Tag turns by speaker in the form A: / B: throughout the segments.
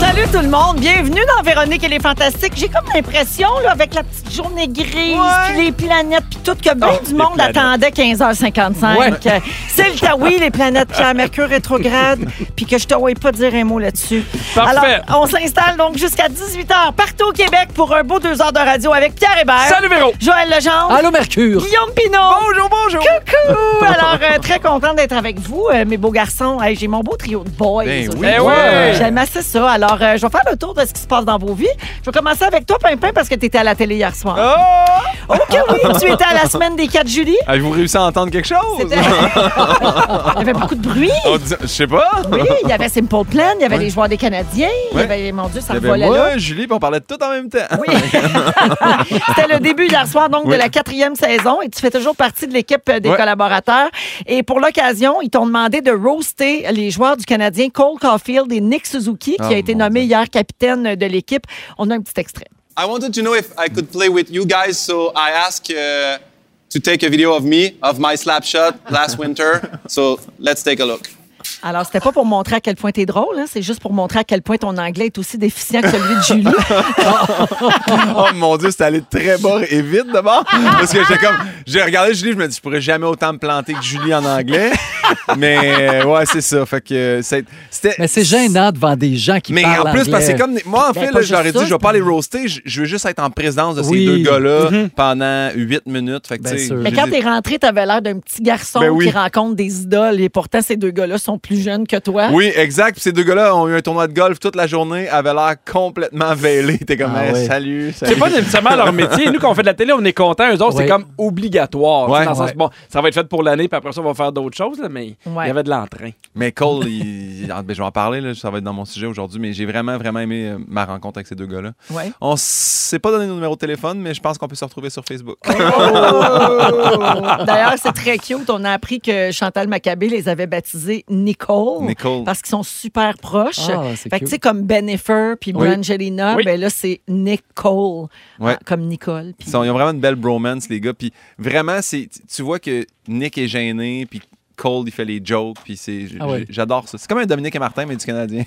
A: Salut tout le monde, bienvenue dans Véronique et les Fantastiques. J'ai comme l'impression, là, avec la petite journée grise, puis les planètes, puis tout, que
B: Oh,
A: bien du monde attendait 15h55. Euh, C'est le Taoui, les planètes, puis la Mercure rétrograde, puis que je te voyais pas dire un mot là-dessus.
B: Parfait.
A: Alors, on s'installe donc jusqu'à 18h partout au Québec pour un beau deux heures de radio avec Pierre Hébert.
B: Salut Véro!
A: Joël Legendre.
C: Allô Mercure!
A: Guillaume Pinot.
B: Bonjour, bonjour!
A: Coucou! Alors, euh, très contente d'être avec vous, euh, mes beaux garçons. Hey, J'ai mon beau trio de boys.
D: Ben oui.
A: aujourd'hui.
B: Ben ouais!
A: J'aime assez ça. Alors, euh, je vais faire le tour de ce qui se passe dans vos vies. Je vais commencer avec toi, Pimpin, parce que tu étais à la télé hier soir.
B: Ah!
A: OK, oui, tu étais à la semaine des 4 juillet.
D: Avez-vous réussi à entendre quelque chose?
A: C'était- il y avait beaucoup de bruit.
D: On dit- Je sais pas.
A: Oui, il y avait Simple Plan, il y avait les joueurs des Canadiens. Il y
D: Ouais.
A: avait, mon Dieu, ça
D: Il y avait
A: volait là.
D: moi, Julie, puis on parlait de tout en même temps.
A: Oui. C'était le début hier soir, donc, de
D: Oui.
A: la quatrième saison. Et tu fais toujours partie de l'équipe euh, des
D: Ouais.
A: collaborateurs. Et pour l'occasion, ils t'ont demandé de roaster les joueurs du Canadien Cole Caulfield et Nick Suzuki, qui
D: Ah,
A: a été
D: mon
A: nommé hier capitaine de l'équipe. On a un petit extrait.
E: I wanted to know if I could play with you guys, so I asked uh, to take a video of me, of my slap shot last winter. So let's take a look.
A: Alors, c'était pas pour montrer à quel point t'es drôle, hein, c'est juste pour montrer à quel point ton anglais est aussi déficient que celui de Julie.
D: Oh mon Dieu, c'est allé très bas et vite d'abord. Parce que j'étais comme. J'ai regardé Julie, je me dis, je pourrais jamais autant me planter que Julie en anglais. Mais euh, ouais, c'est ça. Fait que c'est- c'était.
C: Mais c'est gênant devant des gens qui
D: Mais
C: parlent
D: en plus, parce que c'est
C: anglais. Ben,
D: comme. Moi, en fait,
A: pas
D: là, je leur ai
A: juste
D: dit,
A: ça,
D: je vais pas les roaster. Je- Je veux juste être en présence de ces
C: Oui.
D: deux gars-là pendant huit minutes. Fait que,
C: Bien
D: tu sais,
C: sûr.
A: Mais
D: j'ai
A: quand
D: dit-
A: t'es rentré, t'avais l'air d'un petit garçon
D: Ben oui.
A: qui rencontre des idoles. Et pourtant, ces deux gars-là sont plus jeunes que
C: Ah.
A: toi.
D: Oui, exact. Puis ces deux gars-là ont eu un tournoi de golf toute la journée, avaient l'air complètement vêlés. T'es comme,
C: Ah
D: Hey,
C: ouais.
D: salut, salut.
B: C'est pas nécessairement leur métier. Nous, quand on fait de la télé, on est contents. Eux autres,
C: Ouais.
B: c'est comme obligatoire.
D: Ouais.
B: Dans le sens,
C: Ouais.
B: bon, ça va être fait pour l'année, puis après ça, on va faire d'autres choses, là, mais il
A: Ouais.
B: y avait de l'entrain.
D: Mais Cole, il- il- ah, ben, je vais en parler, là, ça va être dans mon sujet aujourd'hui, mais j'ai vraiment, vraiment aimé euh, ma rencontre avec ces deux gars-là.
A: Ouais.
D: On s'est pas donné nos numéros de téléphone, mais je pense qu'on peut se retrouver sur Facebook.
C: Oh.
A: D'ailleurs, c'est très cute. On a appris que Chantal Maccabé les avait baptisés Nicole.
D: Nicole.
A: Parce qu'ils sont super proches.
C: Ah, c'est
A: fait que tu
C: cute.
A: sais, comme Benifer puis
D: Oui.
A: Brangelina,
B: Oui.
A: ben là, c'est Nicole.
D: Ouais.
A: Ah, Comme Nicole. puis-
D: Ils, sont- ils ont vraiment une belle bromance, les gars. Puis vraiment, c'est, tu- tu vois que Nick est gêné, puis Cole, il fait les jokes, puis c'est, j-
C: Ah ouais.
D: j- j'adore ça. C'est comme un Dominique et Martin, mais du Canadien.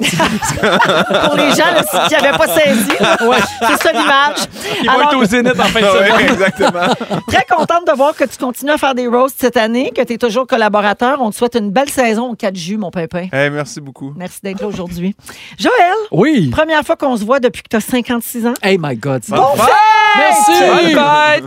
A: Pour les gens là, si- qui n'avaient pas saisi, là, c'est ça l'image.
B: Ils vont
A: Alors,
B: être au Zénith en fin de semaine.
D: Ouais, exactement.
A: Très contente de voir que tu continues à faire des roasts cette année, que tu es toujours collaborateur. On te souhaite une belle saison au 4 jus, mon pimpin.
D: Hey, merci beaucoup.
A: Merci d'être là aujourd'hui. Joël,
C: Oui!
A: première fois qu'on se voit depuis que tu as 56 ans.
C: Hey my God! c'est-
A: Bon fait!
C: Merci!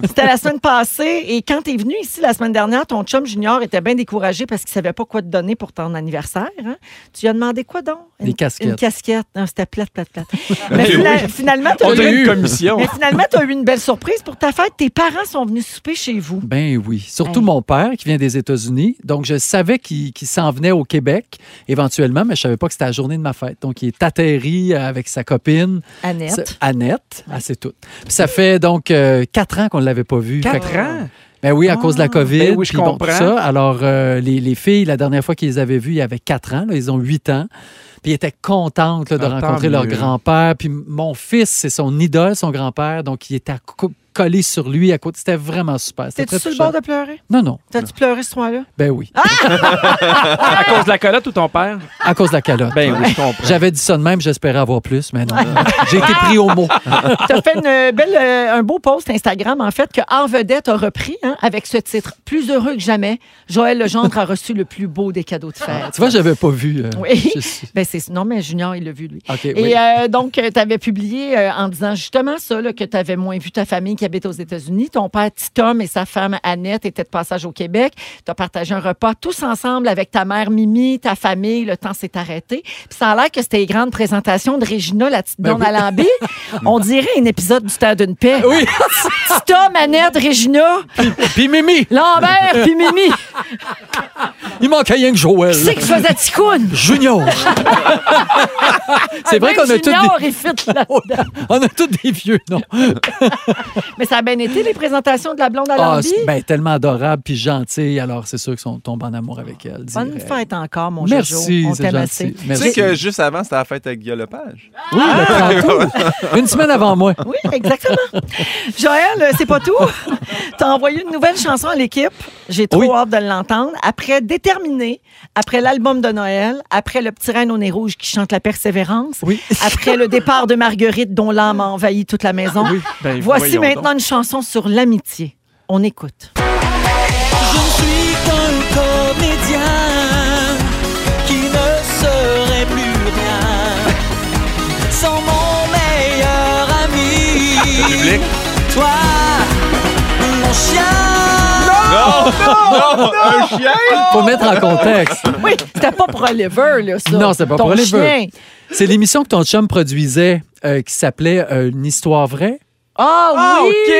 A: C'était la semaine passée et quand t'es venu ici la semaine dernière, ton chum junior était bien découragé parce qu'il savait pas quoi te donner pour ton anniversaire. hein. Tu lui as demandé quoi donc?
C: Des casquettes.
A: Une casquette. Non, c'était plate, plate, plate. Mais fina- finalement, t'as
B: On a
A: eu...
B: eu
C: eu.
B: une commission.
A: Mais finalement, tu as eu une belle surprise pour ta fête. Tes parents sont venus souper chez vous.
C: Ben oui. Surtout
A: Hey.
C: mon père qui vient des États-Unis. Donc, je savais qu'il qu'il s'en venait au Québec éventuellement, mais je savais pas que c'était la journée de ma fête. Donc, il est atterri avec sa copine.
A: Annette.
C: C'est- Annette. Ah, c'est tout. Puis ça fait donc euh, quatre ans qu'on ne l'avait pas vu. Fait que- Ben oui, à
A: Ah.
C: cause de la COVID.
B: Ben oui, je
C: puis bon,
B: comprends.
C: tout ça. Alors, euh, les, les filles, la dernière fois qu'ils les avaient vues, ils avaient 4 ans. là, ils ont 8 ans. Puis ils étaient contentes là, de
B: Ah, tant
C: rencontrer leur
B: mieux.
C: grand-père. Puis mon fils, c'est son idole, son grand-père. Donc, il était à co- collé sur lui à côté. C'était vraiment super. C'était
A: T'es-tu
C: très
A: sur le
C: touchant.
A: bord de Ah! pleurer?
C: Non, non.
A: T'as-tu pleuré ce soir-là?
C: Ben oui.
B: À cause de la calotte ou ton père?
C: À cause de la calotte.
B: Ben oui, je comprends.
C: J'avais dit ça de même, j'espérais avoir plus, mais non.
A: Ah!
C: J'ai été pris au mot.
A: T'as fait une euh, belle, euh, un beau post Instagram, en fait, que En Vedette a repris hein, avec ce titre. Plus heureux que jamais, Joël Legendre a reçu le plus beau des cadeaux de fête.
C: Tu vois, j'avais pas vu. euh,
A: Oui.
C: je suis-
A: Ben, c'est- non, mais Junior, il l'a vu, lui.
C: Ah, OK,
A: Et
C: oui.
A: euh, donc, tu avais publié euh, en disant justement ça, là, que tu avais moins vu ta famille, qu'il qui habite aux États-Unis. Ton père, Titom, et sa femme, Annette, étaient de passage au Québec. Tu as partagé un repas tous ensemble avec ta mère, Mimi, ta famille. Le temps s'est arrêté. Puis ça a l'air que c'était les grandes présentations de Régina, la petite
C: Ben
A: blonde à Lambie. On dirait un épisode du Temps d'une paix.
C: Oui.
A: Titom, Annette, Régina,
C: Puis Mimi,
A: Lambert, puis Mimi.
C: il manquait rien que Joël.
A: Qui c'est qui faisait Ticoune?
C: Junior. c'est vrai
A: Même
C: qu'on a tous
A: Junior,
C: des...
A: il fit là.
C: On a tous des vieux noms.
A: Mais ça a bien été, les présentations de la blonde à
C: Ah,
A: Lambie.
C: c'est- ben, tellement adorable puis gentille. Alors, c'est sûr qu'on tombe en amour avec elle.
A: Bonne
C: direct.
A: fête encore, mon
C: Merci,
A: Jojo. On
C: c'est
A: t'aime
C: gentil.
A: assez.
D: Tu
C: Merci.
D: sais que juste avant, c'était la fête avec Guillaume Lepage.
C: Oui, le 30 août. Une semaine avant moi.
A: Oui, exactement. Joël, euh, c'est pas tout. T'as envoyé une nouvelle chanson à l'équipe. J'ai trop
C: Oui.
A: hâte de l'entendre. Après Déterminé, après l'album de Noël, après Le Petit Reine au nez rouge qui chante La Persévérance,
C: Oui.
A: après le départ de Marguerite dont l'âme a envahi toute la maison.
B: Ben,
A: Voici
B: voyons
A: maintenant
B: donc.
A: une chanson sur l'amitié. On écoute.
F: Je ne suis qu'un comédien qui ne serait plus rien sans mon meilleur ami.
D: Public.
F: Toi, mon chien.
D: Non! Non! Un chien!
C: Faut mettre en contexte.
A: Oui, c'était pas pour Oliver, là, ça.
C: Non, c'était pas
A: Ton
C: pour Oliver.
A: chien.
C: C'est l'émission que ton chum produisait euh, qui s'appelait euh, Une histoire vraie
A: Ah
B: Ah,
A: oui! Oh
B: OK!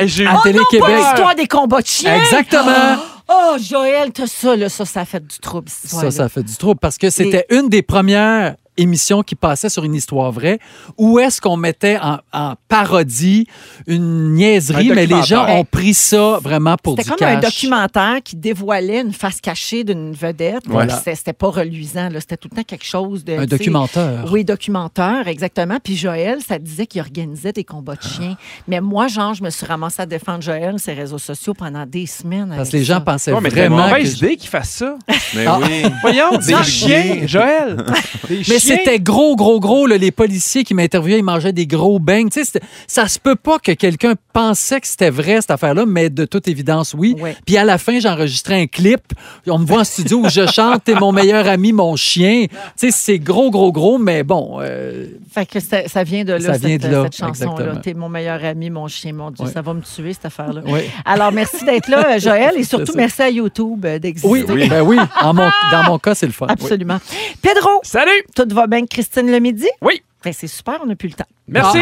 B: Hey, J'ai
C: à
A: Pas
C: Télé-Québec.
A: l'histoire des combats de chiens.
C: Exactement.
A: Oh, Joël, t'as ça, là. Ça, ça a fait du trouble, cette
C: Ça,
A: histoire-là.
C: ça fait du trouble parce que c'était une des premières émissions qui passait sur une histoire vraie où est-ce qu'on mettait en, en parodie une niaiserie,
B: Un
C: mais les gens
B: documentaire.
C: ont pris ça vraiment pour du
A: C'était comme
C: cash.
A: un documentaire qui dévoilait une face cachée d'une vedette.
C: Voilà.
A: Puis C'était c'était pas reluisant, là. C'était tout le temps quelque chose de.
C: Un
A: tu sais,
C: documentaire.
A: Oui, documentaire, exactement. Puis Joël, ça disait qu'il organisait des combats de chiens. Mais moi, genre, je me suis ramassée à défendre Joël ses réseaux sociaux pendant des semaines.
C: Parce
A: avec
C: que les gens
A: ça.
C: pensaient
B: Ouais, mais c'est une
C: vraiment. que-
B: mauvaise idée qu'ils fassent ça.
D: Mais
C: Ah.
D: oui.
B: Voyons,
D: chiens.
B: des chiens, Joël. Des
C: Mais
B: chiens.
C: c'était gros, gros, gros. là, les policiers qui m'interviewaient, ils mangeaient des gros bangs. Tu sais, c'était- ça se peut pas que quelqu'un pensait que c'était vrai, cette affaire-là, mais de toute évidence, oui.
A: Ouais.
C: Puis à la fin, j'enregistrais un clip. On me voit en studio où je chante « T'es mon meilleur ami, mon chien ». Tu sais, c'est gros, gros, gros, mais bon, euh,
A: Fait que ça, ça vient de là,
C: Ça
A: cette,
C: vient de là,
A: cette chanson-là.
C: exactement.
A: T'es mon meilleur ami, mon chien, mon Dieu.
C: Ouais.
A: Ça va me tuer, cette affaire-là.
C: ouais.
A: Alors, merci d'être là, euh, Joël, et surtout
C: C'est ça.
A: merci à YouTube euh, d'exister.
C: oui. ben oui. En mon- dans mon cas, c'est le fun.
A: Absolument. Pedro,
B: Salut!
A: tout va bien, Christine, le midi?
B: Oui.
A: Ben, c'est super, on n'a plus le temps.
B: Merci.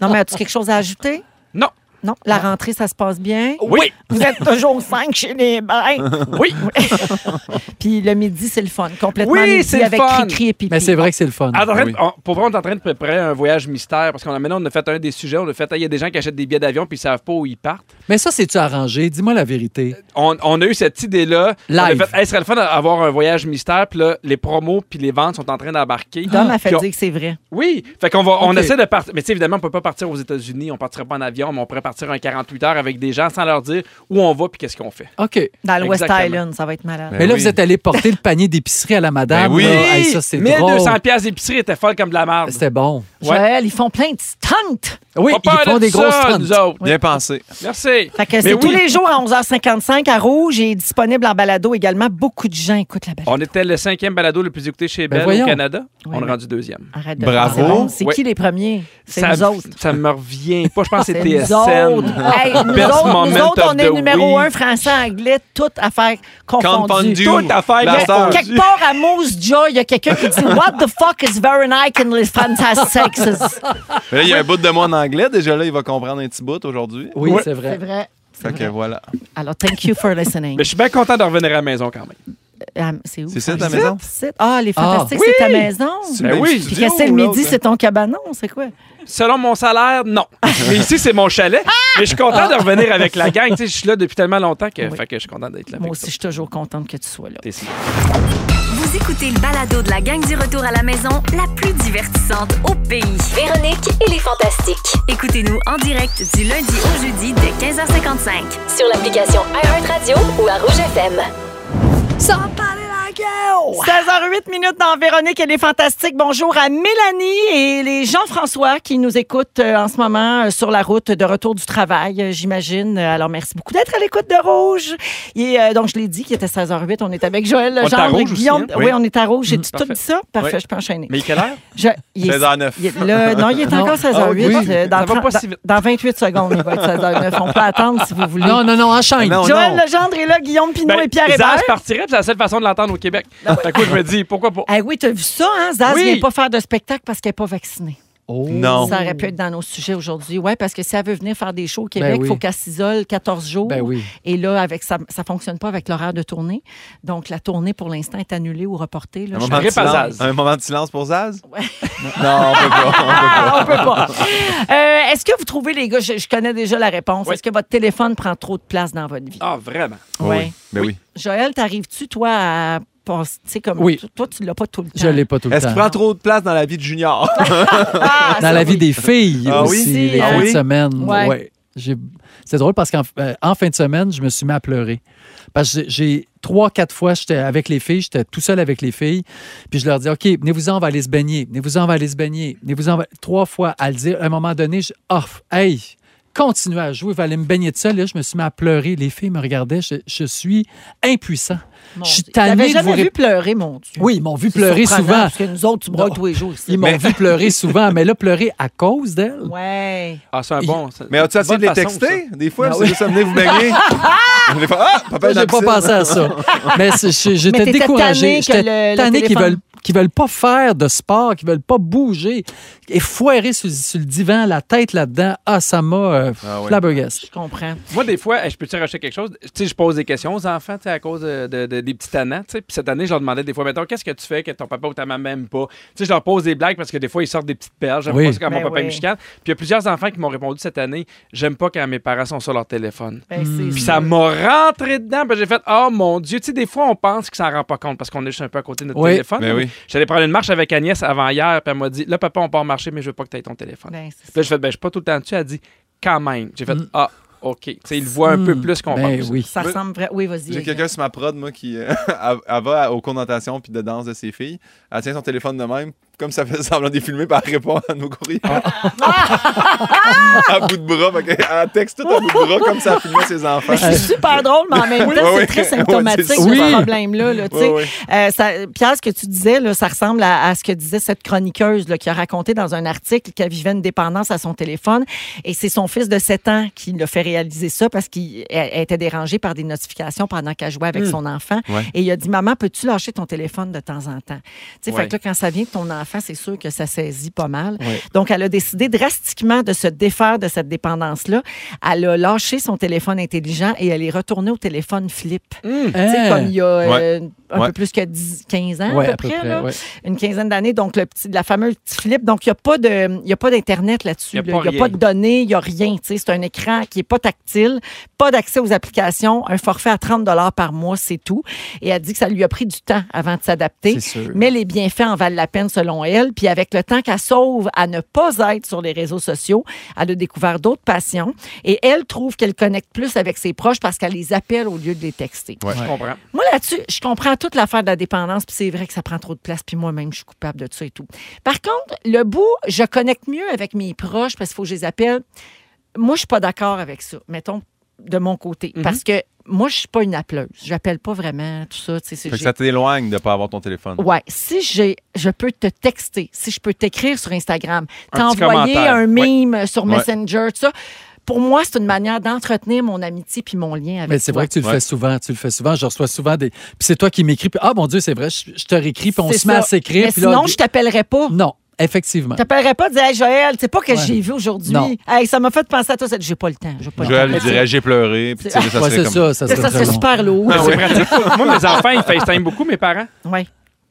A: Non, mais as-tu quelque chose à ajouter?
B: Non.
A: Non, la rentrée, ça se passe bien.
B: Oui.
A: Vous êtes toujours cinq chez les bains.
B: Oui.
A: Puis le midi, c'est le fun. Complètement
B: Oui,
A: midi
B: c'est le
A: avec
B: fun.
A: cri-cri et pipi.
C: Mais c'est vrai que c'est le fun.
B: Ah, En train de-
D: Oui.
B: on- pour vrai, on est en train de préparer un voyage mystère parce qu'on a maintenant on a fait un des sujets, on a fait ah, il y a des gens qui achètent des billets d'avion puis ils savent pas où ils partent.
C: Mais ça, c'est-tu arrangé? Dis-moi la vérité.
D: Euh,
B: On, on a eu cette idée là, on a
C: Live.
B: fait Hey, ce serait le fun d'avoir un voyage mystère puis là les promos puis les ventes sont en train d'embarquer.
A: Dom a fait
B: Puis on-
A: dire que c'est vrai.
B: Oui, fait qu'on va on
C: Ok.
B: essaie de partir mais tu sais évidemment on peut pas partir aux États-Unis, on partira pas en avion, mais on pourrait partir un 48 heures avec des gens sans leur dire où on va puis qu'est-ce qu'on fait.
C: OK.
A: Dans le West
B: Exactement.
A: Island, ça va être malade.
C: Mais là,
D: ben oui.
C: vous êtes allé porter le panier d'épicerie à la madame.
D: Ben
A: Oh,
D: oui.
C: là. Hey, ça, c'est drôle.
B: 1200 pièces d'épicerie était folle comme de la merde.
C: C'était bon.
B: Ouais.
A: Joël, ils font plein de stunts.
C: Oui,
B: Pas
C: ils
B: peur
C: font
B: de
C: des
B: ça,
C: grosses stunts.
B: nous autres.
D: Bien pensé.
B: Merci.
A: Fait que
B: Mais
A: c'est tous
B: oui.
A: les jours à 11h55 à Rouge et disponible en balado également. Beaucoup de gens écoutent la balado.
B: On était le cinquième balado le plus écouté chez
C: Ben
B: Bell
C: voyons.
B: au Canada.
A: Ouais,
B: on
A: ouais.
B: est rendu deuxième.
A: Arrête de
D: Bravo.
A: faire ça. C'est
B: Ouais.
A: qui les premiers? C'est
B: ça,
A: nous autres.
B: Ça me revient pas. Je pense que
A: C'est
B: c'est
A: nous autres.
B: TSN.
A: Hey, nous
B: Best
A: autres, nous
B: moment
A: autres,
B: of
A: on est
B: the
A: numéro
B: week.
A: un français-anglais, toute affaire confondue.
D: Confondu.
B: Toute affaire,
D: La
B: la
D: star.
B: star.
A: Quelque part à Moose Jaw, il y a quelqu'un qui dit What the fuck is Veronique and les Fantastic Sexes?
D: Mais là, il y a un bout de moi en anglais. Déjà là, il va comprendre un petit bout aujourd'hui.
C: Oui,
B: Ouais.
C: c'est
A: C'est
C: vrai.
A: vrai.
D: Fait que voilà.
A: Alors, thank you for listening.
B: Mais je suis bien content de revenir à la maison quand même.
A: Ah, c'est où?
D: C'est
A: ça?
D: ça, ta maison?
A: C'est- Ah, les Fantastiques,
B: Ah,
A: c'est ta
B: oui!
A: maison.
D: C'est-tu
B: Ben
D: le même
B: oui.
A: Puis
D: studio
A: que c'est le
D: ou
A: midi,
D: l'autre?
A: c'est ton cabanon, c'est quoi?
B: Selon mon salaire, non. Mais ici, c'est mon chalet. Mais je suis content de revenir avec la gang. Tu sais, je suis là depuis tellement longtemps que,
A: Oui.
B: fait que je suis content d'être là.
A: Moi
B: avec
A: aussi, je suis toujours contente que tu sois là.
B: toi. T'es ici.
G: Vous écoutez le balado de la gang du retour à la maison, la plus divertissante au pays.
H: Véronique et les Fantastiques.
G: Écoutez-nous en direct du lundi au jeudi dès 15h55.
H: Sur l'application iHeartRadio ou à Rouge FM.
G: Somebody like
A: 16h08 minutes dans Véronique, elle est fantastique. Bonjour à Mélanie et les Jean-François qui nous écoutent euh, en ce moment euh, sur la route de retour du travail, euh, j'imagine. Euh, Alors, merci beaucoup d'être à l'écoute de Rouge. Et euh, donc, je l'ai dit qu'il était 16h08. On est avec Joël
B: On est à
A: Legendre,
B: Rouge aussi,
A: Guillaume.
B: hein?
A: Oui.
D: Oui.
A: on est à Rouge. J'ai-tu tout
B: parfait.
A: dit ça? Parfait,
D: Oui.
A: je peux enchaîner.
B: Mais quelle heure?
A: Je- il est-
D: 16h09.
A: il est- le- non, il est
C: Non.
A: encore 16h08.
C: Ah, oui.
A: euh, dans,
B: Ça va pas
A: 30
B: si vite.
A: dans 28 secondes, il va être 16h09. On peut attendre si vous voulez.
C: Non, non, Ah, non, enchaîne.
D: Non,
A: Joël Legendre est là, Guillaume Pinot
B: Ben,
A: et Pierre
B: Zaz
A: Hébert.
B: partirait, puis c'est la seule façon de l'entendre au Québec. D'un coup, je me dis, pourquoi pas?
A: Ah oui, t'as vu ça, hein? Zaz
B: Oui.
A: vient pas faire de spectacle parce qu'elle n'est pas vaccinée.
C: Oh.
D: Non.
A: Ça aurait pu être dans nos sujets aujourd'hui. Oui, parce que si elle veut venir faire des shows au Québec, il
C: Ben oui.
A: faut qu'elle s'isole 14 jours.
C: Ben oui.
A: Et là, avec ça ne fonctionne pas avec l'horaire de tournée. Donc, la tournée, pour l'instant, est annulée ou reportée. Là,
D: Un
A: Je-
D: moment, de
B: rip à
D: silence.
B: Zaz.
D: un moment de silence pour Zaz? Non, on peut pas.
A: Ah, on peut pas. Euh, Est-ce que vous trouvez, les gars, je, je connais déjà la réponse.
B: Oui.
A: Est-ce que votre téléphone prend trop de place dans votre vie?
B: Ah, vraiment?
D: Oui.
A: Ouais.
D: Ben oui.
A: Joël, t'arrives-tu, toi, à penser, tu sais, comme.
C: Oui.
A: Toi, tu l'as pas tout le temps.
C: Je l'ai pas tout le
D: Est-ce
C: temps.
D: qu'il prend trop de place dans la vie de Junior?
A: Ah, ça,
C: Dans la vie
A: oui.
C: des filles
D: Ah oui?
C: aussi,
A: Si,
C: les
A: ah
C: fins
D: oui?
C: de semaine.
A: Ouais.
C: Ouais. J'ai- C'est drôle parce qu'en euh, en fin de semaine, je me suis mis à pleurer. Parce que j'ai- j'ai trois, quatre fois, j'étais avec les filles, j'étais tout seul avec les filles, puis je leur dis OK, venez-vous-en, on va aller se baigner, venez-vous-en, on va aller se baigner, venez-vous-en, on va- trois fois à le dire. À un moment donné, je off, hey, continuez à jouer, vous allez me baigner de ça. Là, je me suis mis à pleurer. Les filles me regardaient, je, je suis impuissant.
A: Mon
C: je suis
A: Dieu. T'avais
C: tanné de vous
A: jamais vu
C: ré-
A: pleurer, mon Dieu.
C: Oui, ils m'ont vu
A: C'est
C: pleurer
A: surprenant,
C: souvent.
A: Parce que nous autres, tu brailles
C: Non.
A: tous les jours ici.
C: Ils m'ont vu pleurer souvent, mais là, pleurer à cause d'elle.
A: Ouais.
B: Ah, c'est un bon. c'est-
D: Mais as-tu essayé de
B: bonne
D: les
B: façon,
D: texter? Des fois,
A: Ben
C: Ah
D: c'est
C: oui.
D: juste venez vous baigner. Des fois, ah, papa,
C: Moi,
D: est dans
C: J'ai
D: la
C: pas
D: piscine.
C: pensé à ça. Mais c'est- j'ai-
A: Mais
C: j'étais
A: t'étais tanné
C: découragé.
A: que le-
C: J'étais
A: le
C: tanné qu'ils
A: téléphone.
C: veulent, qu'ils veulent pas faire de sport, qu'ils veulent pas bouger. Et foirer sur, sur le divan, la tête là-dedans, ah, ça m'a euh,
D: Ah ouais.
C: flabbergasté.
A: Je comprends.
B: ça. Moi, des fois, eh, je peux te racheter quelque chose. Tu sais, je pose des questions aux enfants, tu sais, à cause de, de- de- des petits tannants, tu sais. Puis cette année, je leur demandais des fois, mettons, qu'est-ce que tu fais que ton papa ou ta maman m'aime pas? Tu sais, je leur pose des blagues parce que des fois, ils sortent des petites perles. J'aime
C: Oui.
B: pas ça quand mon
A: Ben
B: papa
A: oui.
B: me chicane. Puis il y a plusieurs enfants qui m'ont répondu cette année, j'aime pas quand mes parents sont sur leur téléphone.
A: Ben,
C: Hmm.
A: c'est
B: Puis
A: sûr.
B: ça m'a rentré dedans. Puis j'ai fait, oh mon Dieu. Tu sais, des fois, on pense qu'il s'en rend pas compte parce qu'on est juste un peu à côté de notre
C: Oui.
B: téléphone.
D: Ben oui.
B: J'allais prendre une marche avec Agnès avant hier. Puis elle m'a dit, là, papa, on part marcher, mais je veux pas que tu aies ton téléphone.
A: Ben, c'est
B: Puis
A: ça.
B: là, j'ai fait, ben, je suis pas tout le temps dessus. Elle a dit, quand même. J'ai fait,
C: Mm.
B: ah, OK. Tu sais, il le voit un peu plus qu'on
C: Ben
B: pense.
C: oui.
A: Ça ressemble vrai. Oui, vas-y.
D: J'ai quelqu'un sur ma prod, moi, qui euh, elle, elle va aux cours de natation puis de danse de ses filles. Elle tient son téléphone de même, comme ça fait semblant de filmer, puis elle répond à nos courriers. à bout de bras. fait qu'elle- elle texte tout à bout de bras, comme ça filmait ses enfants.
A: Mais c'est super drôle, mais en même temps,
D: Oui,
A: c'est
D: oui.
A: très
D: Oui, c'est
A: symptomatique,
D: ça.
A: ce
C: Oui.
A: problème-là. là, tu sais.
D: Oui,
A: Euh, ça- Pierre, ce que tu disais, là, ça ressemble à, à ce que disait cette chroniqueuse là, qui a raconté dans un article qu'elle vivait une dépendance à son téléphone. Et c'est son fils de 7 ans qui l'a fait réaliser ça parce qu'il elle- elle était dérangé par des notifications pendant qu'elle jouait avec son enfant.
D: Ouais.
A: Et il a dit, maman, peux-tu lâcher ton téléphone de temps en temps? Tu sais,
B: Ouais.
A: Fait que là, quand ça vient de ton enfant, c'est sûr que ça saisit pas mal.
C: Ouais.
A: Donc, elle a décidé drastiquement de se défaire de cette dépendance-là. Elle a lâché son téléphone intelligent et elle est retournée au téléphone flip. Tu sais,
C: Hein?
A: comme il y a euh, un
D: Ouais.
A: peu plus que 10, 15 ans,
C: Ouais,
A: à peu près, là.
C: ouais.
A: une quinzaine d'années. Donc, le petit, la fameuse petite flip. Donc, il n'y a pas de- il y a pas d'Internet là-dessus.
B: Il
A: là. Il
B: y a
A: n'y
B: pas
A: a,
B: rien.
A: pas de données, il n'y a rien. tu sais. C'est un écran qui n'est pas tactile, pas d'accès aux applications, un forfait à 30 par mois, c'est tout. Et elle dit que ça lui a pris du temps avant de s'adapter.
C: C'est sûr.
A: Mais les bienfaits en valent la peine selon elle. Puis avec le temps qu'elle sauve à ne pas être sur les réseaux sociaux, elle a découvert d'autres passions. Et elle trouve qu'elle connecte plus avec ses proches parce qu'elle les appelle au lieu de les texter.
B: Ben, Je
C: Ah
B: comprends.
A: Moi, là-dessus, je comprends toute l'affaire de la dépendance, puis c'est vrai que ça prend trop de place, puis moi-même, je suis coupable de ça et tout. Par contre, le bout, je connecte mieux avec mes proches parce qu'il faut que je les appelle. Moi, je suis pas d'accord avec ça, mettons, de mon côté,
B: Mhm.
A: parce que moi, je suis pas une appeleuse. J'appelle pas vraiment tout ça. tu sais, c'est-
D: Fait que
A: j'ai-
D: ça t'éloigne de ne pas avoir ton téléphone.
A: Ouais, si j'ai, je peux te texter, si je peux t'écrire sur Instagram,
B: Un petit
A: t'envoyer
B: commentaire,
A: un meme sur
D: Ouais.
A: Messenger, tout ça. Pour moi, c'est une manière d'entretenir mon amitié puis mon lien avec
C: Mais c'est
A: toi.
C: vrai que tu le
D: Ouais.
C: fais souvent, tu le fais souvent. Je reçois souvent des. Puis c'est toi qui m'écris. Puis, ah mon Dieu, c'est vrai, je, je te réécris, puis on
A: C'est
C: se met
A: ça.
C: à s'écrire.
A: Mais
C: puis là,
A: sinon, je t'appellerais pas.
C: Non, effectivement.
A: T'appellerais pas, dire, hey, Joël, c'est pas que
C: Ouais.
A: j'ai vu aujourd'hui.
C: Non.
A: Hey, ça m'a fait penser à toi. Ça- J'ai pas le temps. J'ai pas le
D: Joël
A: temps.
D: lui dirait j'ai pleuré, puis tu sais, là, ça
C: Ouais,
D: serait
C: c'est
D: comme
C: ça, ça
A: Ça,
C: serait
A: ça
C: très
B: Ah
A: serait
C: long.
A: super lourd.
B: Mais c'est pratique. Moi, mes enfants, ils FaceTime beaucoup, mes parents.
A: Ouais.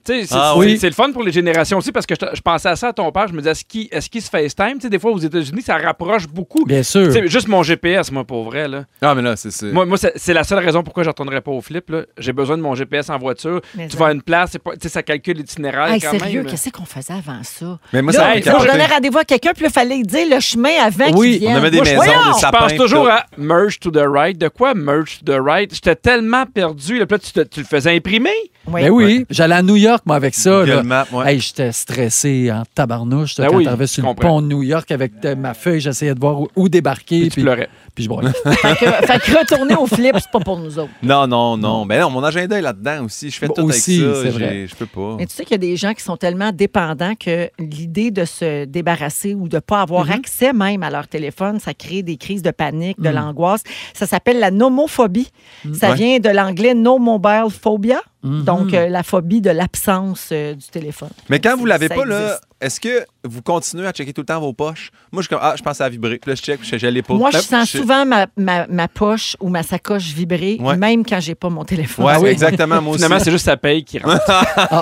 B: Tu sais, C'est
D: Ah
B: c'est-
C: oui.
B: c'est le fun pour les générations aussi parce que je, je pensais à ça à ton père. Je me disais, est-ce qu'il est-ce qu'il se FaceTime? Tu sais, des fois, aux États-Unis, ça rapproche beaucoup.
C: Bien sûr.
B: Tu sais, juste mon GPS, moi, pour vrai. Là.
D: Ah, mais là, c'est ça.
B: Moi, moi, c'est c'est la seule raison pourquoi je retournerai pas au flip. là. J'ai besoin de mon GPS en voiture.
A: Mais
B: tu
A: ça-
B: vas à une place, c'est pas- tu sais, ça calcule l'itinéraire
A: Hey,
B: quand
A: sérieux,
B: même.
A: qu'est-ce qu'on faisait avant ça?
D: Mais moi,
B: Là,
D: ça me
B: hey,
D: fait
B: faut
A: On
D: capoter.
A: donnait rendez-vous à quelqu'un, puis il fallait lui dire le chemin avant
C: Oui,
A: qu'il
D: On
A: vienne.
D: avait des
A: Moi, je-
D: maisons,
A: voyons!
D: des
B: Je
D: sapins.
B: pense toujours
D: tout.
B: à merge to the right. De quoi merge to the right? J'étais tellement perdu. Là, puis là, tu, te- tu le faisais imprimer.
A: Oui.
C: Ben oui, j'allais à New York, moi, avec ça.
D: Google
C: là.
D: Maps, ouais.
C: Hey, j'étais stressé en tabarnouche là,
B: Ben
C: quand
B: oui,
C: j'arrivais
B: je
C: sur le
B: comprends.
C: pont de New York avec euh, ma feuille. J'essayais de voir où, où débarquer.
B: Puis tu pleurais.
C: Puis je broyais.
A: Fait que, fait que retourner au flip, c'est pas pour nous autres.
D: Non, non, non. Mais non, mon agenda est là-dedans aussi. Je fais
C: Bon,
D: tout
C: aussi,
D: avec ça.
C: c'est
D: J'ai-
C: vrai.
D: Je peux pas.
A: Mais tu sais qu'il y a des gens qui sont tellement dépendants que l'idée de se débarrasser ou de ne pas avoir
D: Mm-hmm.
A: accès même à leur téléphone, ça crée des crises de panique, de l'angoisse. Ça s'appelle la nomophobie. Ça
D: Mm. Ouais. Mm-hmm.
A: vient de l'anglais no mobile phobia, donc euh, la phobie de l'absence euh, du téléphone.
D: Mais quand vous l'avez
A: Ça
D: pas, là,
A: existe.
D: est-ce que vous continuez à checker tout le temps vos poches? Moi, je suis comme, ah, je pense à vibrer. Puis là, je check, puis je je l'ai pas.
A: Moi, je
D: Hop,
A: sens souvent ma, ma- ma poche ou ma sacoche vibrer,
D: Ouais.
A: même quand j'ai pas mon téléphone.
D: Ouais,
A: Ah oui.
D: exactement. Moi aussi.
B: Finalement, c'est juste sa paye qui rentre.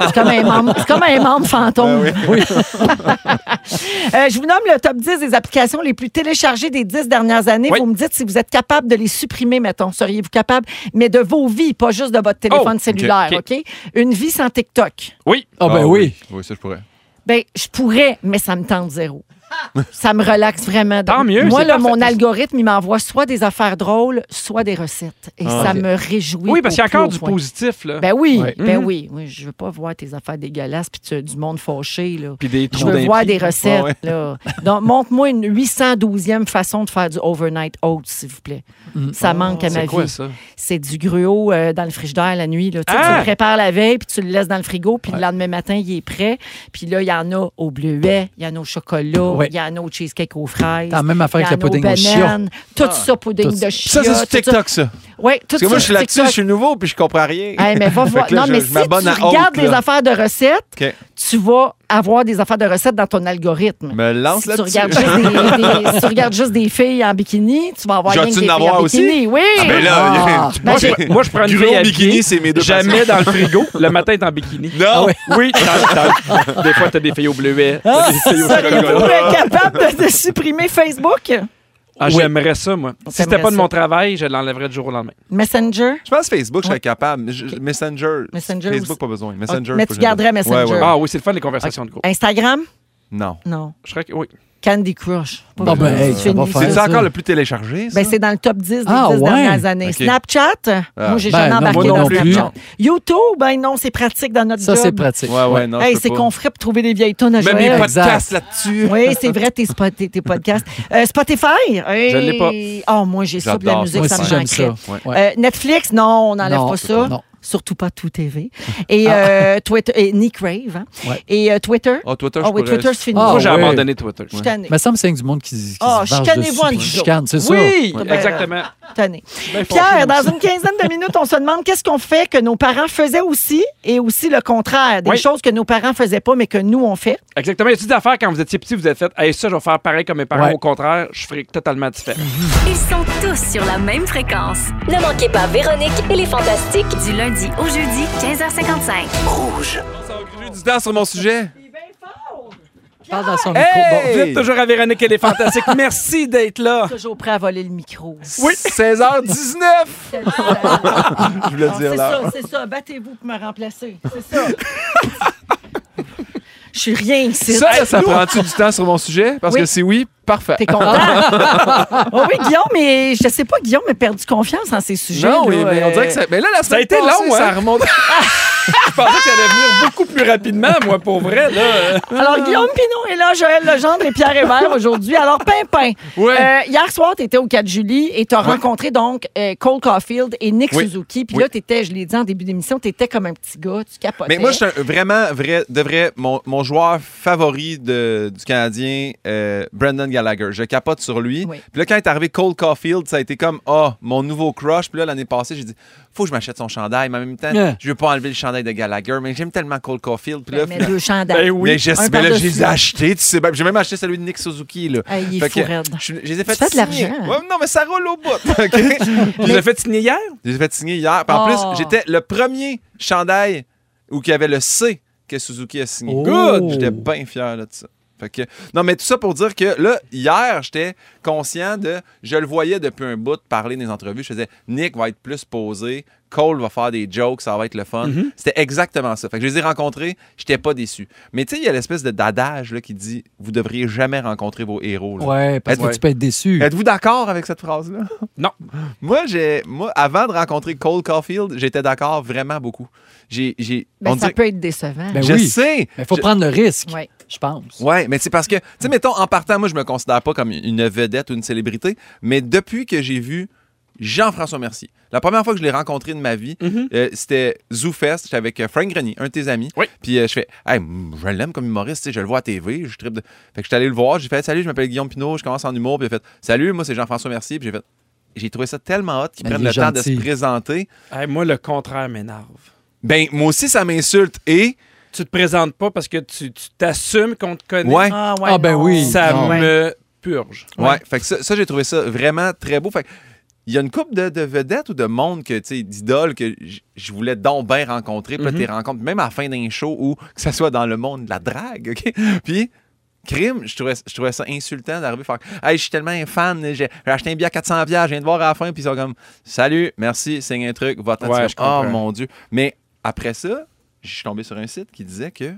A: C'est comme, un membre- c'est comme un membre
D: Ben
A: fantôme.
C: Ah,
A: Euh, je vous nomme le top 10 des applications les plus téléchargées des 10 dernières années.
B: Oui.
A: Vous me dites si vous êtes capable de les supprimer, mettons. Seriez-vous capable, mais de vos vies, pas juste de votre téléphone
B: Oh,
A: cellulaire,
B: ok,
A: OK? Une vie sans TikTok.
D: Hein?
B: oui.
C: Ah, ben oui.
D: Oui, ça, je pourrais.
A: Ben, je pourrais, mais ça me tente zéro. Ça me relaxe vraiment. Donc,
B: Tant mieux,
A: Moi,
B: c'est
A: là,
B: parfait.
A: mon algorithme, il m'envoie soit des affaires drôles, soit des recettes. Et ça
C: ok.
A: me réjouit.
B: Ah, Oui, parce
A: au
B: qu'il y a
A: plus
B: encore
A: haut
B: du
A: point.
B: positif. Là.
A: Ben oui,
C: Ouais.
A: ben
B: Mhm.
A: oui. Oui, Je veux pas voir tes affaires dégueulasses puis tu as du monde fauché, là.
B: Puis des
A: Je
B: trous
A: veux
B: d'impie.
A: voir des recettes.
D: Ouais, ouais.
A: là. Donc, montre-moi une 812e façon de faire du overnight oats, s'il vous plaît. Ça manque à ma
B: C'est quoi
A: vie.
B: ça?
A: C'est du gruau euh, dans le frigidaire la nuit. Là. Tu sais,
B: Ah!
A: Tu le prépares la veille, puis tu le laisses dans le frigo, puis le lendemain matin, il est prêt. Puis là, il y en a au bleuet, il y en a au chocolat,
C: Ouais.
A: il y en a au cheesecake aux fraises.
C: T'as la même affaire
A: il y
C: avec la
A: en a aux
C: pudding au chia.
A: bananes. Tout ça, pudding
C: Tout ça.
A: de chia.
D: Ça, c'est sur TikTok, ça.
A: Oui, tout
D: Parce que
A: ça.
D: moi, je suis
A: sur
D: là-dessus, je
A: TikTok.
D: suis nouveau, puis je comprends rien.
A: Eh, mais va
D: Fait
A: voir.
D: que là,
A: non,
D: je-
A: mais
D: je
A: si tu
D: m'abonne à
A: regardes
D: Oak,
A: des
D: là.
A: affaires de recettes,
D: OK.
A: tu vas avoir des affaires de recettes dans ton algorithme.
D: Me lance
A: si tu,
D: là-dessus.
A: regardes juste des, des- si tu regardes juste des filles en bikini, tu vas avoir
D: J'ai-tu
A: rien que des
D: en
A: filles
D: avoir
A: en
D: aussi?
A: bikini. Oui. Ben,
D: Mais là, il y a-
C: Ah,
B: Moi, je, moi, je prends une
D: Gros
B: fille habillée,
D: bikini, c'est mes deux
B: jamais dans le frigo. Le matin, elle est en bikini.
D: passions.
A: Ah
D: Non!
B: Oui, dans- dans- des fois, t'as des filles au bleuet.
A: Ah,
B: t'as des filles au
A: Seriez-vous
B: chocolat.
A: euh, capable de, de supprimer Facebook?
B: Ah, J'aimerais ça, moi. Si c'était
A: T'aimerais
B: pas de mon
A: ça.
B: travail, je l'enlèverais du jour au lendemain.
A: Messenger?
D: Je pense Facebook, je serais capable. Je- Messenger.
A: Messenger
D: Facebook,
A: aussi.
D: pas besoin. Messenger.
A: mais
D: faut
A: tu
D: que je-
A: garderais Messenger.
D: Ouais, ouais, ouais.
B: Ah oui, c'est le fun, les conversations de groupe.
A: Instagram?
D: Non.
A: Non.
B: Je crois que oui.
A: Candy Crush. Pas
C: Bon, ben,
A: besoin.
C: hey,
A: Tu
C: ça
A: fais
C: va
A: une
C: faire.
D: C'est
C: ça.
D: encore le plus téléchargé, ça?
A: Ben, c'est dans le top 10 des
C: Ah,
A: 10
C: ouais?
A: dernières années.
D: Ok.
A: Snapchat?
D: Ah.
A: Moi, j'ai
C: Ben,
A: jamais
C: non,
A: embarqué
B: moi
A: dans
B: non plus.
A: Snapchat. YouTube? Ben non, c'est pratique dans notre
C: Ça,
A: job.
C: c'est pratique.
D: Ouais, ouais, non.
A: Hey,
D: je peux
A: c'est
D: pas.
A: qu'on ferait pour trouver des vieilles tonnes à
D: Même
A: Joël.
D: les
C: Exact.
D: podcasts là-dessus.
A: Oui, c'est vrai, tes, spot- tes- tes podcasts. Euh, Spotify?
B: Je l'ai pas.
A: Oh, moi, j'ai ça, puis la
D: J'adore
A: musique,
C: Moi
A: ça
C: aussi,
A: me
C: j'aime ça.
A: manquerait.
D: Ouais.
C: Ouais.
A: Euh, Netflix, non, on n'enlève
C: Non,
A: pas ça.
C: non. Ah.
A: Surtout pas tout TV. Et euh, Twitter, et Nick Rave. hein.
C: Ouais.
A: Et euh, Twitter.
D: Oh, Twitter,
A: Ah
D: je
A: oui,
D: pourrais-
A: Twitter, c'est fini.
C: Ah
B: Moi, j'ai
C: ouais.
B: abandonné Twitter.
A: Je suis tannée.
C: Mais ça me semble que c'est une du monde qui, qui
A: Ah,
C: se venge
A: chicanez-vous
C: dessus,
A: entre
C: qui
A: vous
C: chicane, c'est
B: Oui,
A: Ouais.
B: exactement.
A: Tannée.
B: Ben,
A: Pierre,
B: fâché
A: dans une quinzaine de minutes, on se demande qu'est-ce qu'on fait que nos parents faisaient aussi et aussi le contraire. Des
B: Oui.
A: choses que nos parents faisaient pas, mais que nous, on fait.
B: Exactement. Il y a des affaires quand vous étiez petit, vous êtes fait, hey, ça, je vais faire pareil comme mes parents.
C: Ouais.
B: Au contraire, je ferai totalement différent.
G: Ils sont tous sur la même fréquence.
H: Ne manquez pas Véronique et les Fantastiques.
G: Du lundi au jeudi, 15h55.
D: Ça va gruger du temps sur mon sujet.
C: ça. Parle dans son
B: Hey!
C: micro.
B: Vous êtes toujours à Véronique, elle est fantastique. Merci d'être là.
A: Toujours prêt à voler le micro.
D: Oui. 16h19. Je voulais
A: Ah,
D: dire
A: c'est
D: là.
A: ça, c'est ça. Battez-vous pour me remplacer. C'est ça. Je suis rien ici.
D: Ça, ça prend-tu du temps sur mon sujet? Parce
A: Oui.
D: que si oui, parfait.
A: T'es content? Oh oui, Guillaume, mais je sais pas, Guillaume a perdu confiance en ces sujets.
D: Non, oui,
A: là,
D: mais
A: euh,
D: on dirait que ça. Mais là, la semaine
B: a été
D: passée,
B: long,
D: ça
B: hein?
D: remonte.
B: Je pensais que ça allait venir beaucoup plus rapidement, moi, pour vrai. Là.
A: Euh, Alors, Guillaume Pinot est là, Joël Legendre et Pierre Hébert aujourd'hui. Alors, Pimpin,
D: Ouais.
A: euh, hier soir, tu étais au 4 juillet et tu as rencontré donc euh, Cole Caulfield et Nick
D: Oui.
A: Suzuki. Puis
D: Oui.
A: là, t'étais, je l'ai dit en début d'émission, tu étais comme un petit gars, tu capotais.
D: Mais moi, je suis un- vraiment, vrai, de vrai, mon, mon joueur favori de- du Canadien, euh, Brendan Gallagher. Je capote sur lui.
A: Oui.
D: Puis là, quand est arrivé Cole Caulfield, ça a été comme, ah, mon nouveau crush. Puis là, l'année passée, j'ai dit, faut que je m'achète son chandail. Mais en même temps,
C: Yeah.
D: je veux pas enlever le chandail de Gallagher. Mais j'aime tellement Cole Caulfield. Puis là,
A: Ben, mais deux chandails.
B: Ben
D: mais
B: oui.
D: je,
A: un
D: mais là,
A: par-dessus.
D: je les ai achetés, tu sais. bien. J'ai même acheté celui de Nick Suzuki, là.
A: Hey, Ah, il est
D: Fait
A: fou
D: que,
A: raide.
D: je, je les ai fait
A: fais de
D: signer.
A: l'argent.
D: Ouais, non, mais ça roule au bout. OK?
B: Tu l'as fait signer hier?
D: Je les ai fait signer hier. Puis en
A: Oh.
D: plus, j'étais le premier chandail où il y avait le C que Suzuki a signé.
C: Oh.
D: Good! J'étais bien fier là, de ça. Fait que- non, mais tout ça pour dire que là, hier, j'étais conscient de. Je le voyais depuis un bout parler des entrevues. Je faisais Nick va être plus posé, Cole va faire des jokes, ça va être le fun.
C: Mm-hmm.
D: C'était exactement ça. Fait que je les ai rencontrés, j'étais pas déçu. Mais tu sais, il y a l'espèce de d'adage là, qui dit Vous devriez jamais rencontrer vos héros. là.
C: Ouais, parce que
D: Ouais.
C: tu peux être déçu.
D: Êtes-vous d'accord avec cette phrase-là?
B: Non.
D: Moi, j'ai, moi, avant de rencontrer Cole Caulfield, j'étais d'accord vraiment beaucoup. J'ai, j'ai, on
A: Ben, ça
D: dirait-
A: peut être décevant.
C: Ben
D: je
C: oui.
D: sais.
C: Mais il faut
D: Je-
C: prendre le risque,
A: Ouais.
C: je pense.
D: Ouais, mais c'est parce que, tu sais, mettons, en partant, moi, je me considère pas comme une vedette ou une célébrité, mais depuis que j'ai vu Jean-François Mercier, la première fois que je l'ai rencontré de ma vie,
C: Mm-hmm.
D: euh, c'était ZooFest, j'étais avec euh, Frank Grenier, un de tes amis.
B: Oui.
D: Puis euh, je fais, hey, mm, je l'aime comme humoriste, tu sais, je le vois à TV, je tripe de. Fait que je suis allé le voir, j'ai fait, salut, je m'appelle Guillaume Pinot, je commence en humour, puis il a fait, salut, moi, c'est Jean-François Mercier, puis j'ai fait, j'ai trouvé ça tellement hot qu'ils
C: Ben,
D: prennent
C: il
D: le
C: est
D: temps de se
C: gentil.
D: présenter.
B: Hey, moi, le contraire m'énerve.
D: Ben, moi aussi, ça m'insulte et.
B: Tu te présentes pas parce que tu tu t'assumes qu'on te connaît.
D: Ouais.
A: Ah,
C: Ah, ben oui.
B: Ça
C: Non.
B: me purge.
D: Ouais. Fait que ça, ça, j'ai trouvé ça vraiment très beau. Fait que il y a une couple de, de vedettes ou de monde que tu sais, d'idoles que j- je voulais donc bien rencontrer. Puis là,
B: Mhm.
D: tes rencontres, même à la fin d'un show ou que ça soit dans le monde de la drague, OK? Puis crime, je trouvais, je trouvais ça insultant d'arriver à faire Hey, je suis tellement un fan, j'ai j'ai acheté un billet à 400 je viens de voir à la fin, puis ils sont comme Salut, merci, c'est un truc, va t'en
B: Ouais,
D: tirer.
B: je
D: Oh
B: comprends.
D: mon Dieu. Mais après ça, je suis tombé sur un site qui disait que